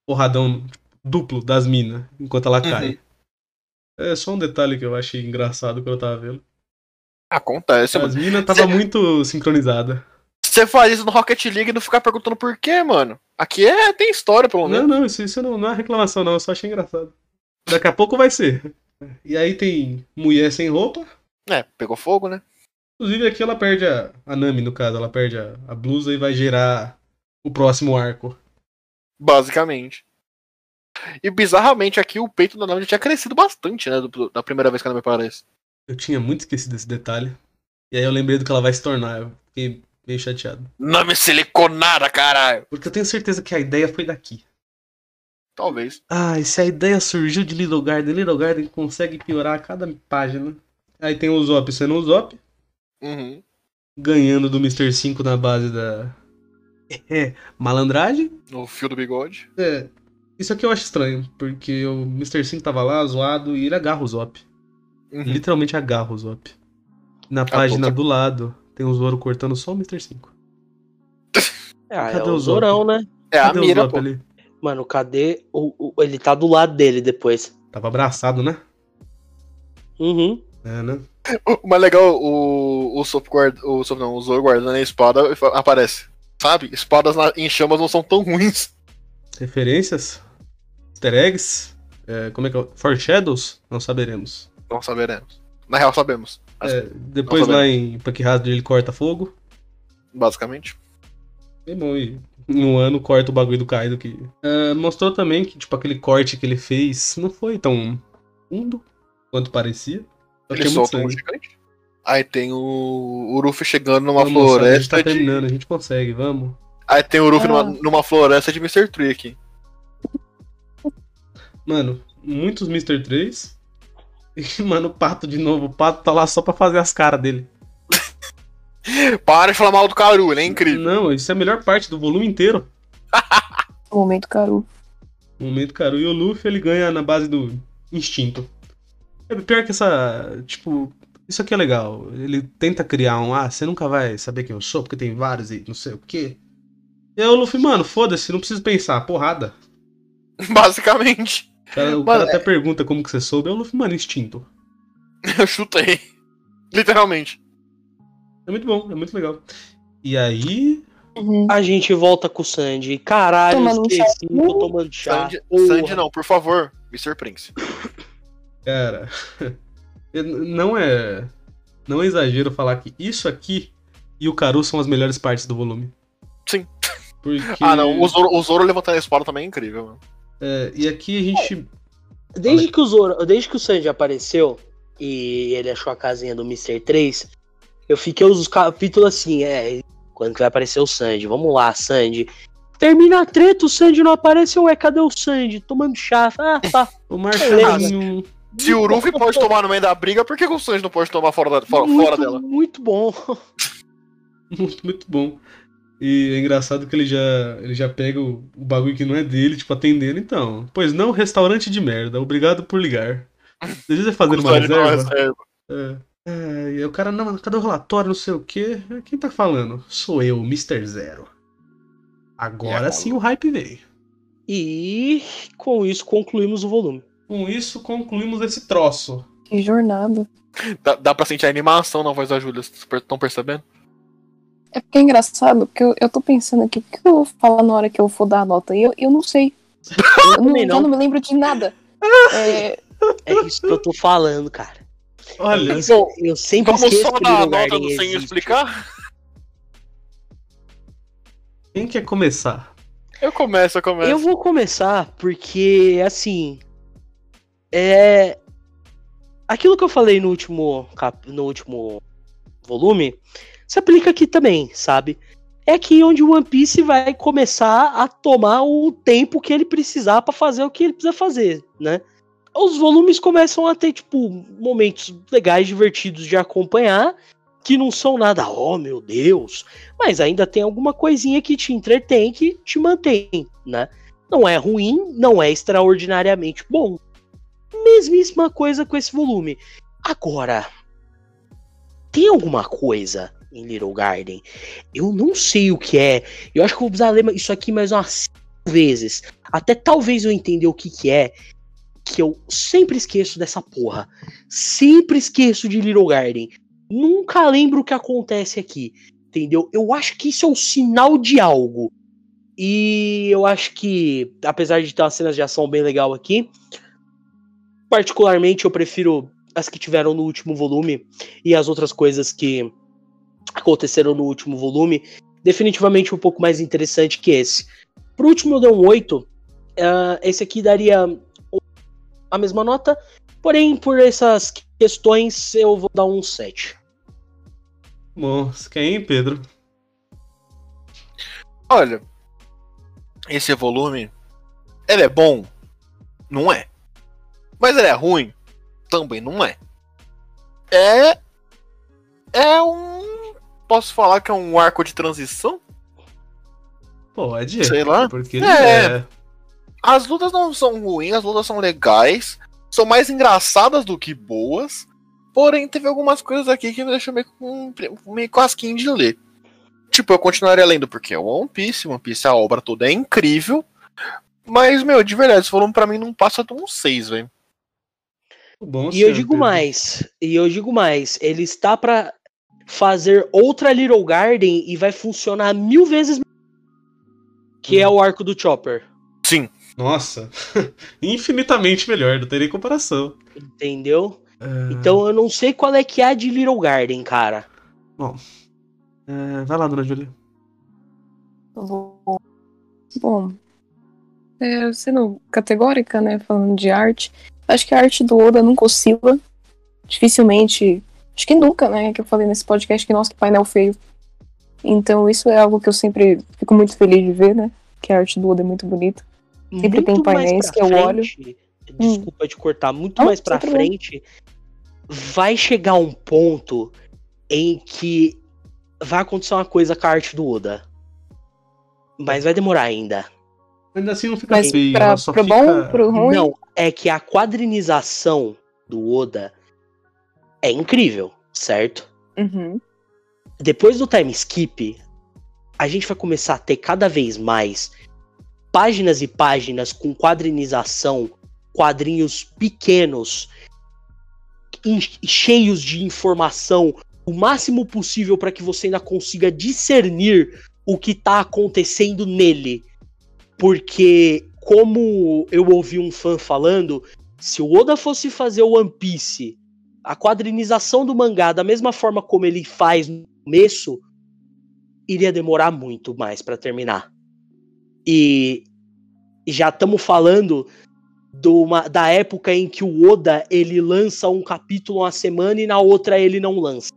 Speaker 2: porradão tipo, duplo das minas, enquanto ela cai. É só um detalhe que eu achei engraçado quando eu tava vendo.
Speaker 4: É.
Speaker 5: Acontece, mano.
Speaker 2: As minas tava
Speaker 5: Cê-
Speaker 2: muito sincronizada.
Speaker 5: Você faz isso no Rocket League e não ficar perguntando por quê, mano. Aqui é, tem história, pelo menos.
Speaker 2: Não, não, isso, isso não, não é reclamação, não. Eu só achei engraçado. Daqui a pouco vai ser. E aí tem mulher sem roupa.
Speaker 5: É, pegou fogo, né?
Speaker 2: Inclusive aqui ela perde a. A Nami, no caso, ela perde a, a blusa e vai gerar o próximo arco.
Speaker 5: Basicamente. E bizarramente aqui o peito da Nami já tinha crescido bastante, né? do- do- da primeira vez que ela me aparece.
Speaker 2: Eu tinha muito esquecido esse detalhe. E aí eu lembrei do que ela vai se tornar. Eu fiquei meio chateado.
Speaker 5: Nami siliconada, caralho!
Speaker 2: Porque eu tenho certeza que a ideia foi daqui.
Speaker 5: Talvez.
Speaker 2: Ah, e se a ideia surgiu de Little Garden, Little Garden consegue piorar a cada página. Aí tem o Usopp sendo o Usopp,
Speaker 5: Uhum.
Speaker 2: ganhando do Mr. 5 na base da é, malandragem.
Speaker 5: No fio do bigode.
Speaker 2: É, isso aqui eu acho estranho, porque o Mr. 5 tava lá, zoado, e ele agarra o Usopp.
Speaker 5: Uhum.
Speaker 2: Literalmente agarra o Usopp. Na página
Speaker 5: pouco.
Speaker 2: do lado, tem o Zoro cortando só o Mr. 5.
Speaker 3: ah, é
Speaker 2: Cadê
Speaker 3: o
Speaker 2: o Zop?
Speaker 3: Zorão, né?
Speaker 5: É a
Speaker 2: Cadê o
Speaker 5: mira,
Speaker 2: Usopp
Speaker 5: pô.
Speaker 2: ali?
Speaker 3: Mano, cadê? O, o- ele tá do lado dele depois.
Speaker 2: Tava abraçado, né?
Speaker 3: Uhum.
Speaker 2: É, né?
Speaker 5: O mais legal, o, o Sop guarda, o Sop não, o Zoro guardando a espada e fa- aparece. Sabe? Espadas na- em chamas não são tão ruins.
Speaker 2: Referências? Easter eggs? É, como é que é? Foreshadows? Não saberemos.
Speaker 5: Não saberemos. Na real, sabemos. Mas,
Speaker 2: É, depois
Speaker 5: não
Speaker 2: lá em Punk Hazard ele corta fogo.
Speaker 5: Basicamente.
Speaker 2: Bem bom, e em um ano corta o bagulho do Kaido que. É, mostrou também que, tipo, aquele corte que ele fez não foi tão fundo quanto parecia. Só
Speaker 5: Ele
Speaker 2: tinha muito
Speaker 5: solta um
Speaker 2: sangue.
Speaker 5: gigante. Aí tem o Uruf chegando numa
Speaker 2: Vamos, moçada, a gente tá
Speaker 5: floresta. de-
Speaker 2: terminando, a gente consegue, vamos.
Speaker 5: Aí tem o Uruf
Speaker 4: Ah.
Speaker 5: numa, numa floresta de Mr. Tree aqui.
Speaker 2: Mano, muitos Mr. 3. E, mano, o pato de novo. O pato tá lá só pra fazer as caras dele.
Speaker 5: Para de falar mal do Caru, ele é incrível.
Speaker 2: Não, isso é a melhor parte do volume inteiro.
Speaker 4: No momento, Caru.
Speaker 2: No momento, cara, e o Luffy ele ganha na base do instinto. É pior que essa. Tipo, isso aqui é legal. Ele tenta criar um. Ah, você nunca vai saber quem eu sou, porque tem vários e não sei o quê. E aí o Luffy, mano, foda-se, não preciso pensar, porrada. Hum.
Speaker 5: Basicamente.
Speaker 2: O cara, o
Speaker 5: Mano, é-
Speaker 2: cara até pergunta como que você soube. É o Luffy, mano, instinto.
Speaker 5: Eu chutei. Literalmente.
Speaker 2: É muito bom, é muito legal. E aí.
Speaker 4: Uhum.
Speaker 3: A gente volta com o Sandy. Caralho,
Speaker 4: Tomando um
Speaker 3: esqueci,
Speaker 4: chá.
Speaker 3: tô tomando
Speaker 2: Tá.
Speaker 3: chá.
Speaker 5: Sandy,
Speaker 3: Porra.
Speaker 5: Sandy não, por favor. Mr. Prince.
Speaker 2: Cara, eu- não é. Não é exagero falar que isso aqui e o Karu são as melhores partes do volume.
Speaker 5: Sim.
Speaker 2: Porque,
Speaker 5: Ah, não. O Zoro, o Zoro levantando a espada também é incrível, mano.
Speaker 2: é, e aqui a gente.
Speaker 3: Desde que, o Zoro, desde que o Sanji apareceu e ele achou a casinha do Mr. 3, eu fiquei os capítulos assim, é, quando que vai aparecer o Sanji? Vamos lá, Sanji. Termina a treta, o Sanji não apareceu, ué, cadê o Sanji? Tomando chá. Ah, tá. é
Speaker 2: O Marcelinho.
Speaker 5: Se o Ruffy pode tomar no meio da briga, por que que o Sanji não pode tomar fora, da- fora,
Speaker 3: muito,
Speaker 5: fora dela?
Speaker 3: Muito bom.
Speaker 2: Muito, muito bom. E é engraçado que ele já, ele já pega o, o bagulho que não é dele, tipo, atendendo. Então, pois não, restaurante de merda. Obrigado por ligar. Deixa eu fazer uma
Speaker 5: Sanji não
Speaker 2: reserva.
Speaker 5: recebe.
Speaker 2: É. É, e aí o cara, não, cadê o relatório? Não sei o quê. Quem tá falando? Sou eu, Mr. Zero. Agora
Speaker 5: É,
Speaker 2: sim o hype veio.
Speaker 3: E com isso concluímos o volume.
Speaker 2: Com isso, concluímos esse troço.
Speaker 4: Que jornada.
Speaker 5: Dá, dá pra sentir a animação na voz da Júlia, vocês estão percebendo?
Speaker 4: É porque é engraçado, porque eu, eu tô pensando aqui, o que que eu vou falar na hora que eu for dar a nota? E eu, eu não sei. Eu não,
Speaker 3: também não.
Speaker 4: eu não me lembro de nada. É,
Speaker 3: É isso que eu tô falando, cara.
Speaker 2: Olha,
Speaker 3: Isso- eu sempre
Speaker 5: Vamos
Speaker 3: esqueço
Speaker 5: só
Speaker 3: que
Speaker 5: dar a
Speaker 3: Little
Speaker 5: nota
Speaker 3: Garden
Speaker 5: do- sem
Speaker 3: existe.
Speaker 5: explicar?
Speaker 2: quem quer começar?
Speaker 5: Eu começo, eu começo.
Speaker 3: Eu vou começar porque, assim. É. Aquilo que eu falei no último, cap... no último volume se aplica aqui também, sabe? é aqui onde o One Piece vai começar a tomar o tempo que ele precisar para fazer o que ele precisa fazer, né? Os volumes começam a ter, tipo, momentos legais, divertidos de acompanhar, que não são nada, oh meu Deus, mas ainda tem alguma coisinha que te entretém, que te mantém, né? Não é ruim, não é extraordinariamente bom. Mesmíssima coisa com esse volume. Agora, tem alguma coisa em Little Garden. Eu não sei o que é. Eu acho que eu vou precisar ler isso aqui mais umas cinco vezes. Até talvez eu entenda o que que é. Que eu sempre esqueço dessa porra. Sempre esqueço de Little Garden. Nunca lembro o que acontece aqui. Entendeu? Eu acho que isso é um sinal de algo. E eu acho que, apesar de ter umas cenas de ação bem legal aqui, particularmente eu prefiro as que tiveram no último volume e as outras coisas que aconteceram no último volume, definitivamente um pouco mais interessante que esse. Pro último eu dei um 8, uh, esse aqui daria a mesma nota, porém por essas questões eu vou dar um 7.
Speaker 2: Bom, você quer ir, Pedro?
Speaker 5: Olha, esse volume, ele é bom? Não é. Mas ele é ruim? Também não é. É. É um. Posso falar que é um arco de transição?
Speaker 2: Pode.
Speaker 5: Sei lá.
Speaker 2: Porque
Speaker 5: É. As lutas não são ruins, as lutas são legais. São mais engraçadas do que boas. Porém, teve algumas coisas aqui que me deixou meio, com, um meio casquinho de ler. Tipo, eu continuaria lendo porque é One Piece. One Piece, a obra toda é incrível. Mas, meu, de verdade, esse volume pra mim não passa de um 6, velho.
Speaker 2: Bom,
Speaker 3: E eu
Speaker 2: senhor
Speaker 3: digo
Speaker 2: Pedro.
Speaker 3: mais, e eu digo mais, ele está para fazer outra Little Garden e vai funcionar mil vezes melhor, que é o arco do Chopper,
Speaker 5: Sim.
Speaker 2: Nossa, infinitamente melhor, não tem nem comparação.
Speaker 3: entendeu?
Speaker 2: Ah,
Speaker 3: Então eu não sei qual é que é a de Little Garden, cara.
Speaker 2: é, vai lá, dona Júlia.
Speaker 4: Vou- Bom, é, sendo categórica, né, falando de arte, acho que a arte do Oda nunca oscila. Dificilmente, acho que nunca, né, que eu falei nesse podcast que, nossa, que painel feio. Então isso é algo que eu sempre fico muito feliz de ver, né, que a arte do Oda é muito bonita. Sempre tem painéis que eu olho. Hum.
Speaker 3: frente, Desculpa te cortar, muito
Speaker 4: Não,
Speaker 3: mais pra
Speaker 4: sem problema.
Speaker 3: frente vai chegar um ponto em que vai acontecer uma coisa com a arte do Oda. Mas vai demorar ainda.
Speaker 2: Ainda assim não fica
Speaker 4: Mas
Speaker 2: feio,
Speaker 4: pra,
Speaker 2: ela só
Speaker 4: pro
Speaker 2: fica...
Speaker 4: bom, pro ruim,
Speaker 3: Não, é que a quadrinização do Oda é incrível, certo?
Speaker 4: uhum,
Speaker 3: depois do time skip, a gente vai começar a ter cada vez mais páginas e páginas com quadrinização, quadrinhos pequenos, em- cheios de informação, o máximo possível para que você ainda consiga discernir o que tá acontecendo nele. Porque, como eu ouvi um fã falando, se o Oda fosse fazer o One Piece, a quadrinização do mangá, da mesma forma como ele faz começo iria demorar muito mais pra terminar. E já estamos falando de uma- da época em que o Oda ele lança um capítulo uma semana e na outra ele não lança.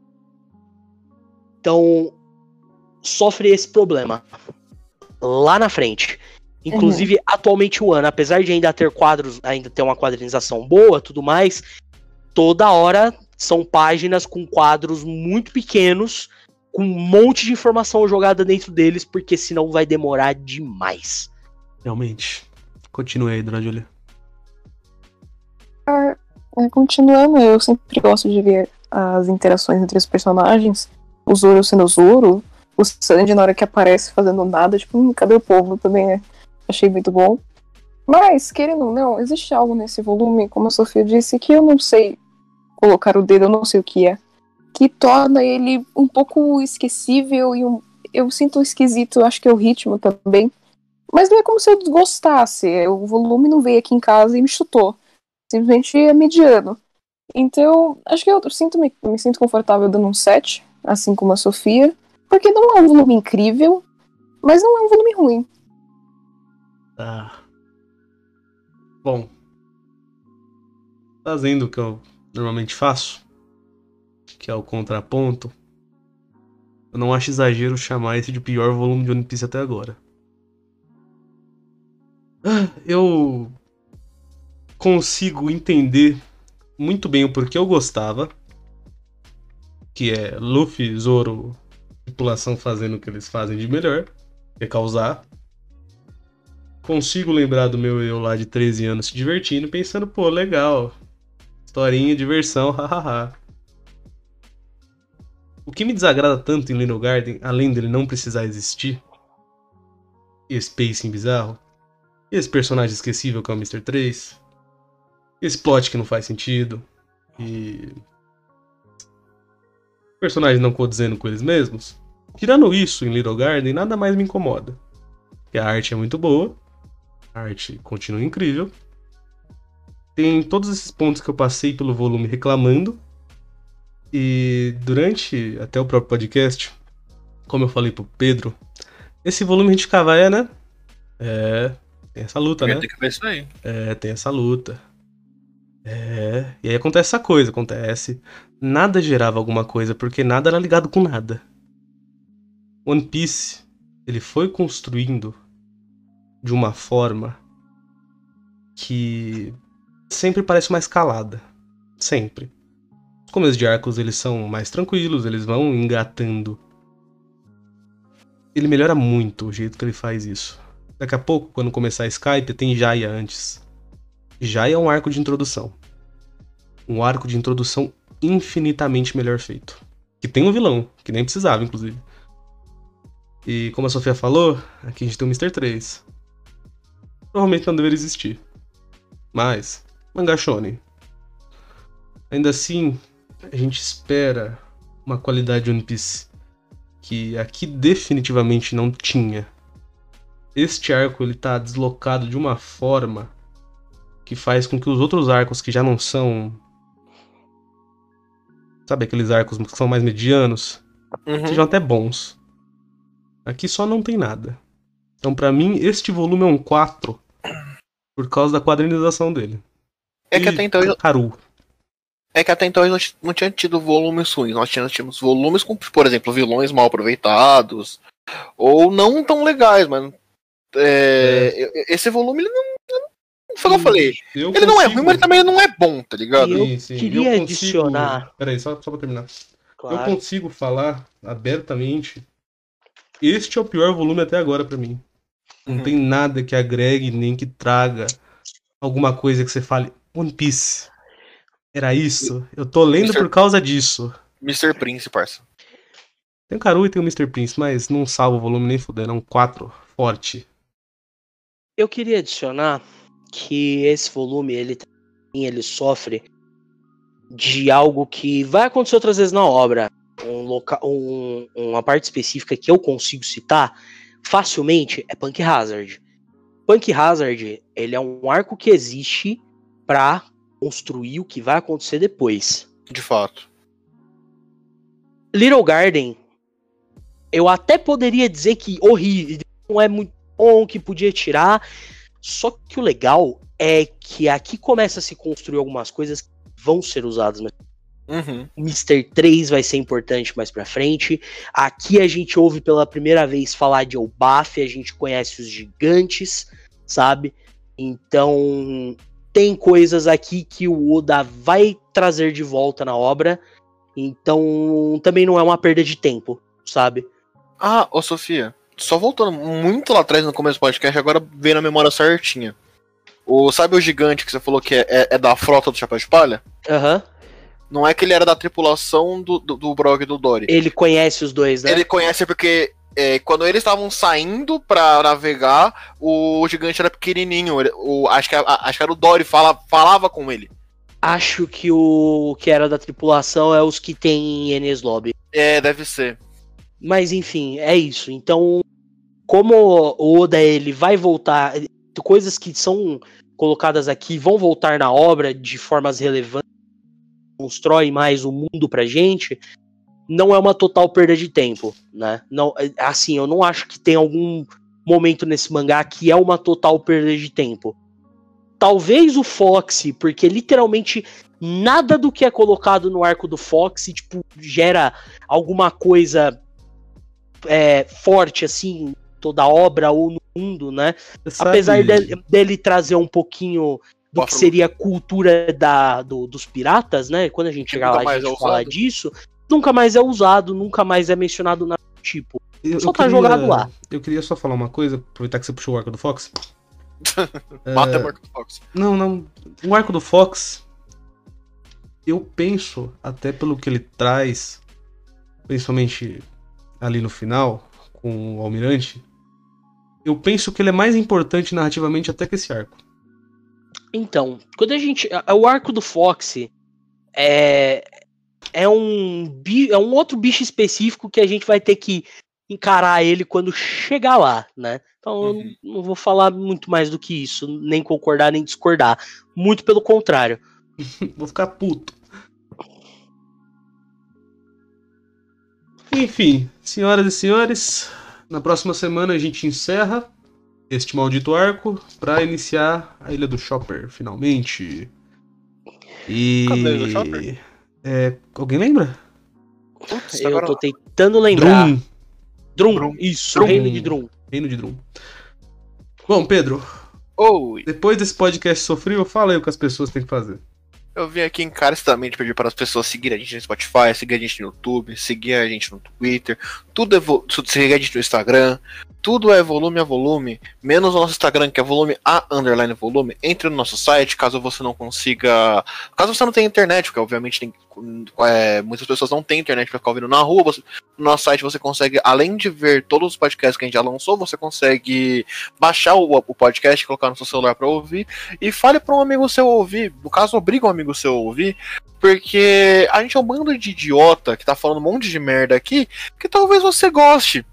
Speaker 3: Então sofre esse problema lá na frente. Inclusive, atualmente o ano, apesar de ainda ter quadros, ainda ter uma quadrinização boa, tudo mais, toda hora são páginas com quadros muito pequenos, com um monte de informação jogada dentro deles, porque senão vai demorar demais.
Speaker 2: Realmente. Continue aí, dona Júlia.
Speaker 4: É, continuando, eu sempre gosto de ver as interações entre os personagens. O Zoro sendo o Zoro, o Sanji na hora que aparece fazendo nada, tipo, hum, cadê o povo? Também né? achei muito bom. Mas, querendo ou não, existe algo nesse volume, como a Sofia disse, que eu não sei colocar o dedo, eu não sei o que é, que torna ele um pouco esquecível e um- eu sinto esquisito, eu acho que é o ritmo também. Mas não é como se eu gostasse, é, o volume não veio aqui em casa e me chutou simplesmente é mediano. Então, acho que eu sinto me, me sinto confortável dando um 7, assim como a Sofia, porque não é um volume incrível, mas não é um volume ruim.
Speaker 2: Tá. Bom. Fazendo o que eu normalmente faço, que é o contraponto. Eu não acho exagero chamar esse de pior volume de One Piece até agora. Ah, Eu consigo entender muito bem o porquê eu gostava, que é Luffy, Zoro, tripulação fazendo o que eles fazem de melhor, que é causar. Consigo lembrar do meu eu lá de 13 anos se divertindo, pensando, pô, legal. Historinha, diversão, hahaha. O que me desagrada tanto em Lino Garden, além dele não precisar existir, esse pacing bizarro, esse personagem esquecível que é o Mr. 3, esse plot que não faz sentido, e. personagens não condizendo com eles mesmos, tirando isso em Little Garden, nada mais me incomoda. Porque a arte é muito boa, a arte continua incrível. Tem todos esses pontos que eu passei pelo volume reclamando, e durante até o próprio podcast, como eu falei pro Pedro, esse volume a gente cavaia, né? É. Tem essa luta, né?
Speaker 5: Tem que ver isso aí.
Speaker 2: É, tem essa luta. É. E aí acontece essa coisa, acontece. Nada gerava alguma coisa, porque nada era ligado com nada. One Piece, ele foi construindo de uma forma que sempre parece uma escalada. Sempre. Os começos de arcos, eles são mais tranquilos, eles vão engatando. Ele melhora muito o jeito que ele faz isso. Daqui a pouco, quando começar a Skype, tem Jaya antes. Jaya é um arco de introdução. Um arco de introdução infinitamente melhor feito. Que tem um vilão, que nem precisava, inclusive. E como a Sofia falou, aqui a gente tem o Mr. 3. Provavelmente não deveria existir. Mas, mangá shonen. Ainda assim, a gente espera uma qualidade One Piece que aqui definitivamente não tinha. Este arco ele tá deslocado de uma forma que faz com que os outros arcos que já não são sabe aqueles arcos que são mais medianos,
Speaker 5: Uhum.
Speaker 2: sejam até bons. Aqui só não tem nada. Então pra mim este volume é um 4 por causa da quadrinização dele.
Speaker 5: É que até então
Speaker 2: E Karu.
Speaker 5: É que até então nós não tinha tido volumes ruins, nós tínhamos, tínhamos volumes com, por exemplo, vilões mal aproveitados, ou não tão legais, mano. É, eu- Esse volume, ele não. não foi o que eu falei.
Speaker 2: Eu
Speaker 5: Ele não é
Speaker 2: consigo-
Speaker 5: ruim, mas ele também não é bom, tá ligado?
Speaker 3: E eu
Speaker 2: Sim, sim,
Speaker 3: queria
Speaker 2: consigo-
Speaker 3: adicionar-
Speaker 2: Peraí, só, só pra terminar.
Speaker 3: Claro.
Speaker 2: Eu consigo falar abertamente. Este é o pior volume até agora pra mim. Não
Speaker 5: Uhum.
Speaker 2: tem nada que agregue nem que traga alguma coisa que você fale. One Piece. Era isso. Eu tô lendo
Speaker 5: Mr.
Speaker 2: por causa disso.
Speaker 5: Mr. Prince, parça.
Speaker 2: Tem o Karu e tem o Mr. Prince, mas não salva o volume nem fuder. É um 4 forte.
Speaker 3: Eu queria adicionar que esse volume ele tem- ele sofre de algo que vai acontecer outras vezes na obra. Um loca um- uma parte específica que eu consigo citar facilmente é Punk Hazard. Punk Hazard ele é um arco que existe para construir o que vai acontecer depois.
Speaker 5: De fato.
Speaker 3: Little Garden, eu até poderia dizer que horrível, não é muito bom, que podia tirar. Só que o legal é que aqui começa a se construir algumas coisas que vão ser usadas. Mas
Speaker 5: Uhum.
Speaker 3: Mr. 3 vai ser importante mais pra frente. Aqui a gente ouve pela primeira vez falar de Elbaf, a gente conhece os gigantes, sabe? Então, tem coisas aqui que o Oda vai trazer de volta na obra. Então, também não é uma perda de tempo, sabe?
Speaker 5: Ah, ô Sofia, só voltando muito lá atrás no começo do podcast, agora vem na memória certinha. O, sabe o gigante que você falou que é, é- é da frota do Chapéu de Palha?
Speaker 3: Aham.
Speaker 5: Não é que ele era da tripulação do, do, do Brog e do Dory.
Speaker 3: Ele conhece os dois, né?
Speaker 5: Ele conhece porque é, quando eles estavam saindo pra navegar, o gigante era pequenininho. ele- o, acho, que, a- a- acho que era o Dory, fala, falava com ele.
Speaker 3: Acho que o que era da tripulação é os que tem em Enes Lobby.
Speaker 5: É, deve ser.
Speaker 3: Mas enfim, é isso. Então, como o Oda ele vai voltar, coisas que são colocadas aqui vão voltar na obra de formas relevantes, constrói mais o mundo pra gente, não é uma total perda de tempo, né? Não, é, assim, eu não acho que tem algum momento nesse mangá que é uma total perda de tempo. Talvez o Fox, porque literalmente nada do que é colocado no arco do Fox, tipo, gera alguma coisa é, forte, assim, em toda obra ou no mundo, né?
Speaker 2: Sabe-
Speaker 3: Apesar dele, dele trazer um pouquinho do que
Speaker 5: Afro-
Speaker 3: seria a cultura da, do- dos piratas, né? Quando a gente chegar
Speaker 5: nunca
Speaker 3: lá e a
Speaker 5: mais
Speaker 3: gente
Speaker 5: é
Speaker 3: falar
Speaker 5: usado.
Speaker 3: disso, nunca mais é usado, nunca mais é mencionado nada do tipo.
Speaker 2: Eu-
Speaker 3: só
Speaker 2: eu
Speaker 3: tá jogado lá.
Speaker 2: Eu queria só falar uma coisa, aproveitar que você puxou o arco do Fox. É,
Speaker 5: Mata Marco Fox.
Speaker 2: Não, não. O arco do Fox, eu penso, até pelo que ele traz, principalmente ali no final, com o Almirante, eu penso que ele é mais importante narrativamente até que esse arco.
Speaker 3: Então, quando a gente. a- O arco do Fox é. É um, bi- é um outro bicho específico que a gente vai ter que encarar ele quando chegar lá, né? Então
Speaker 5: Uhum.
Speaker 3: eu não vou falar muito mais do que isso, nem concordar nem discordar. Muito pelo contrário.
Speaker 2: Vou ficar puto. Enfim, senhoras e senhores, na próxima semana a gente encerra este maldito arco pra iniciar a Ilha do Shopper, finalmente. E.
Speaker 5: Cadê a Ilha do Shopper?
Speaker 2: É, alguém lembra?
Speaker 5: Putz,
Speaker 3: eu
Speaker 5: agora
Speaker 3: tô
Speaker 5: não.
Speaker 3: tentando lembrar.
Speaker 2: Drum,
Speaker 3: Drum,
Speaker 5: Drum.
Speaker 3: isso,
Speaker 2: Drum.
Speaker 3: reino de Drum.
Speaker 2: Reino de Drum. Bom, Pedro,
Speaker 5: Oi,
Speaker 2: depois desse podcast sofrível, fala aí o que as pessoas têm que fazer.
Speaker 5: eu vim aqui encarecidamente pedir para as pessoas seguirem a gente no Spotify, seguir a gente no YouTube, seguir a gente no Twitter, tudo é vo- su- seguir a gente no Instagram, tudo é volume a volume, menos o nosso Instagram, que é volume a underline volume. Entre no nosso site, caso você não consiga. Caso você não tenha internet, porque obviamente tem- é, muitas pessoas não têm internet para ficar ouvindo na rua, você- no nosso site você consegue, além de ver todos os podcasts que a gente já lançou, você consegue baixar o, o podcast, colocar no seu celular para ouvir. e fale para um amigo seu ouvir. No caso, obriga um amigo seu a ouvir. Porque a gente é um bando de idiota que tá falando um monte de merda aqui que talvez você goste.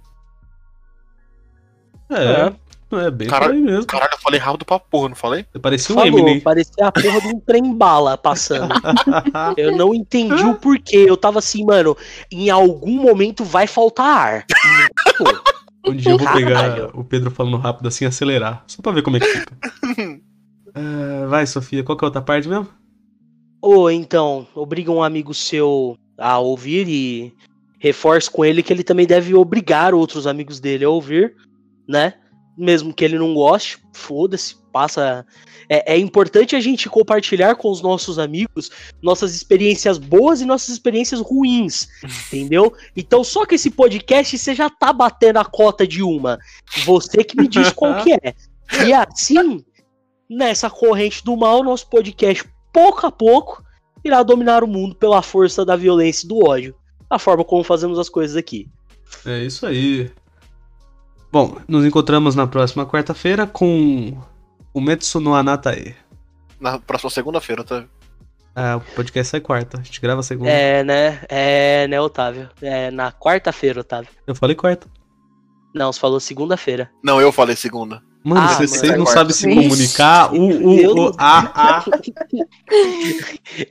Speaker 2: É, é, bem
Speaker 5: Cara-
Speaker 2: por aí mesmo.
Speaker 5: Caralho, eu falei rápido pra porra, não falei?
Speaker 2: Parecia um
Speaker 3: Falou,
Speaker 2: Eminem.
Speaker 3: parecia a porra de um trem bala passando. Eu não entendi o porquê. Eu tava assim, mano, em algum momento vai faltar ar. E não faltou.
Speaker 2: Um dia eu vou pegar
Speaker 3: Caralho.
Speaker 2: o Pedro falando rápido assim e acelerar. Só pra ver como é que fica. Ah, vai, Sofia, qual que é a outra parte mesmo?
Speaker 3: Ou então, obriga um amigo seu a ouvir e reforce com ele que ele também deve obrigar outros amigos dele a ouvir, né? Mesmo que ele não goste, foda-se, passa. É, é importante a gente compartilhar com os nossos amigos nossas experiências boas e nossas experiências ruins, entendeu? Então, só que esse podcast você já tá batendo a cota de uma. Você que me diz qual que é. E assim, nessa corrente do mal, nosso podcast pouco a pouco, irá dominar o mundo pela força da violência e do ódio. A forma como fazemos as coisas aqui.
Speaker 2: É isso aí. Bom, nos encontramos na próxima quarta-feira com o Metsu no Anatae.
Speaker 5: Na próxima segunda-feira, tá?
Speaker 2: Ah, o podcast sai quarta, a gente grava segunda.
Speaker 3: É, né? É, né, Otávio? É na quarta-feira, Otávio.
Speaker 2: Eu falei quarta.
Speaker 3: Não, você falou segunda-feira.
Speaker 5: Não, eu falei segunda.
Speaker 2: Mano,
Speaker 3: Ah,
Speaker 2: você,
Speaker 3: mano.
Speaker 2: você
Speaker 5: Sai
Speaker 2: não
Speaker 5: quarta.
Speaker 2: sabe se
Speaker 4: Ixi.
Speaker 2: comunicar. O,
Speaker 3: Eu
Speaker 2: o,
Speaker 3: não-
Speaker 2: o, a, a.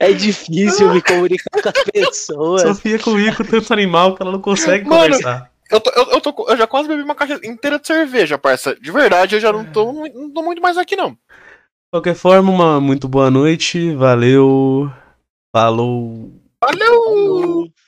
Speaker 3: É difícil me comunicar com as pessoas.
Speaker 2: Sofia com o Ico, tanto animal que ela não consegue
Speaker 5: Mano.
Speaker 2: conversar.
Speaker 5: Eu, tô, eu, eu, tô, co- eu já quase bebi uma caixa inteira de cerveja, parça. De verdade, eu já não tô, mui- não tô muito mais aqui, não.
Speaker 2: De qualquer forma, uma muito boa noite. Valeu. Falou.
Speaker 5: Valeu!
Speaker 3: Não.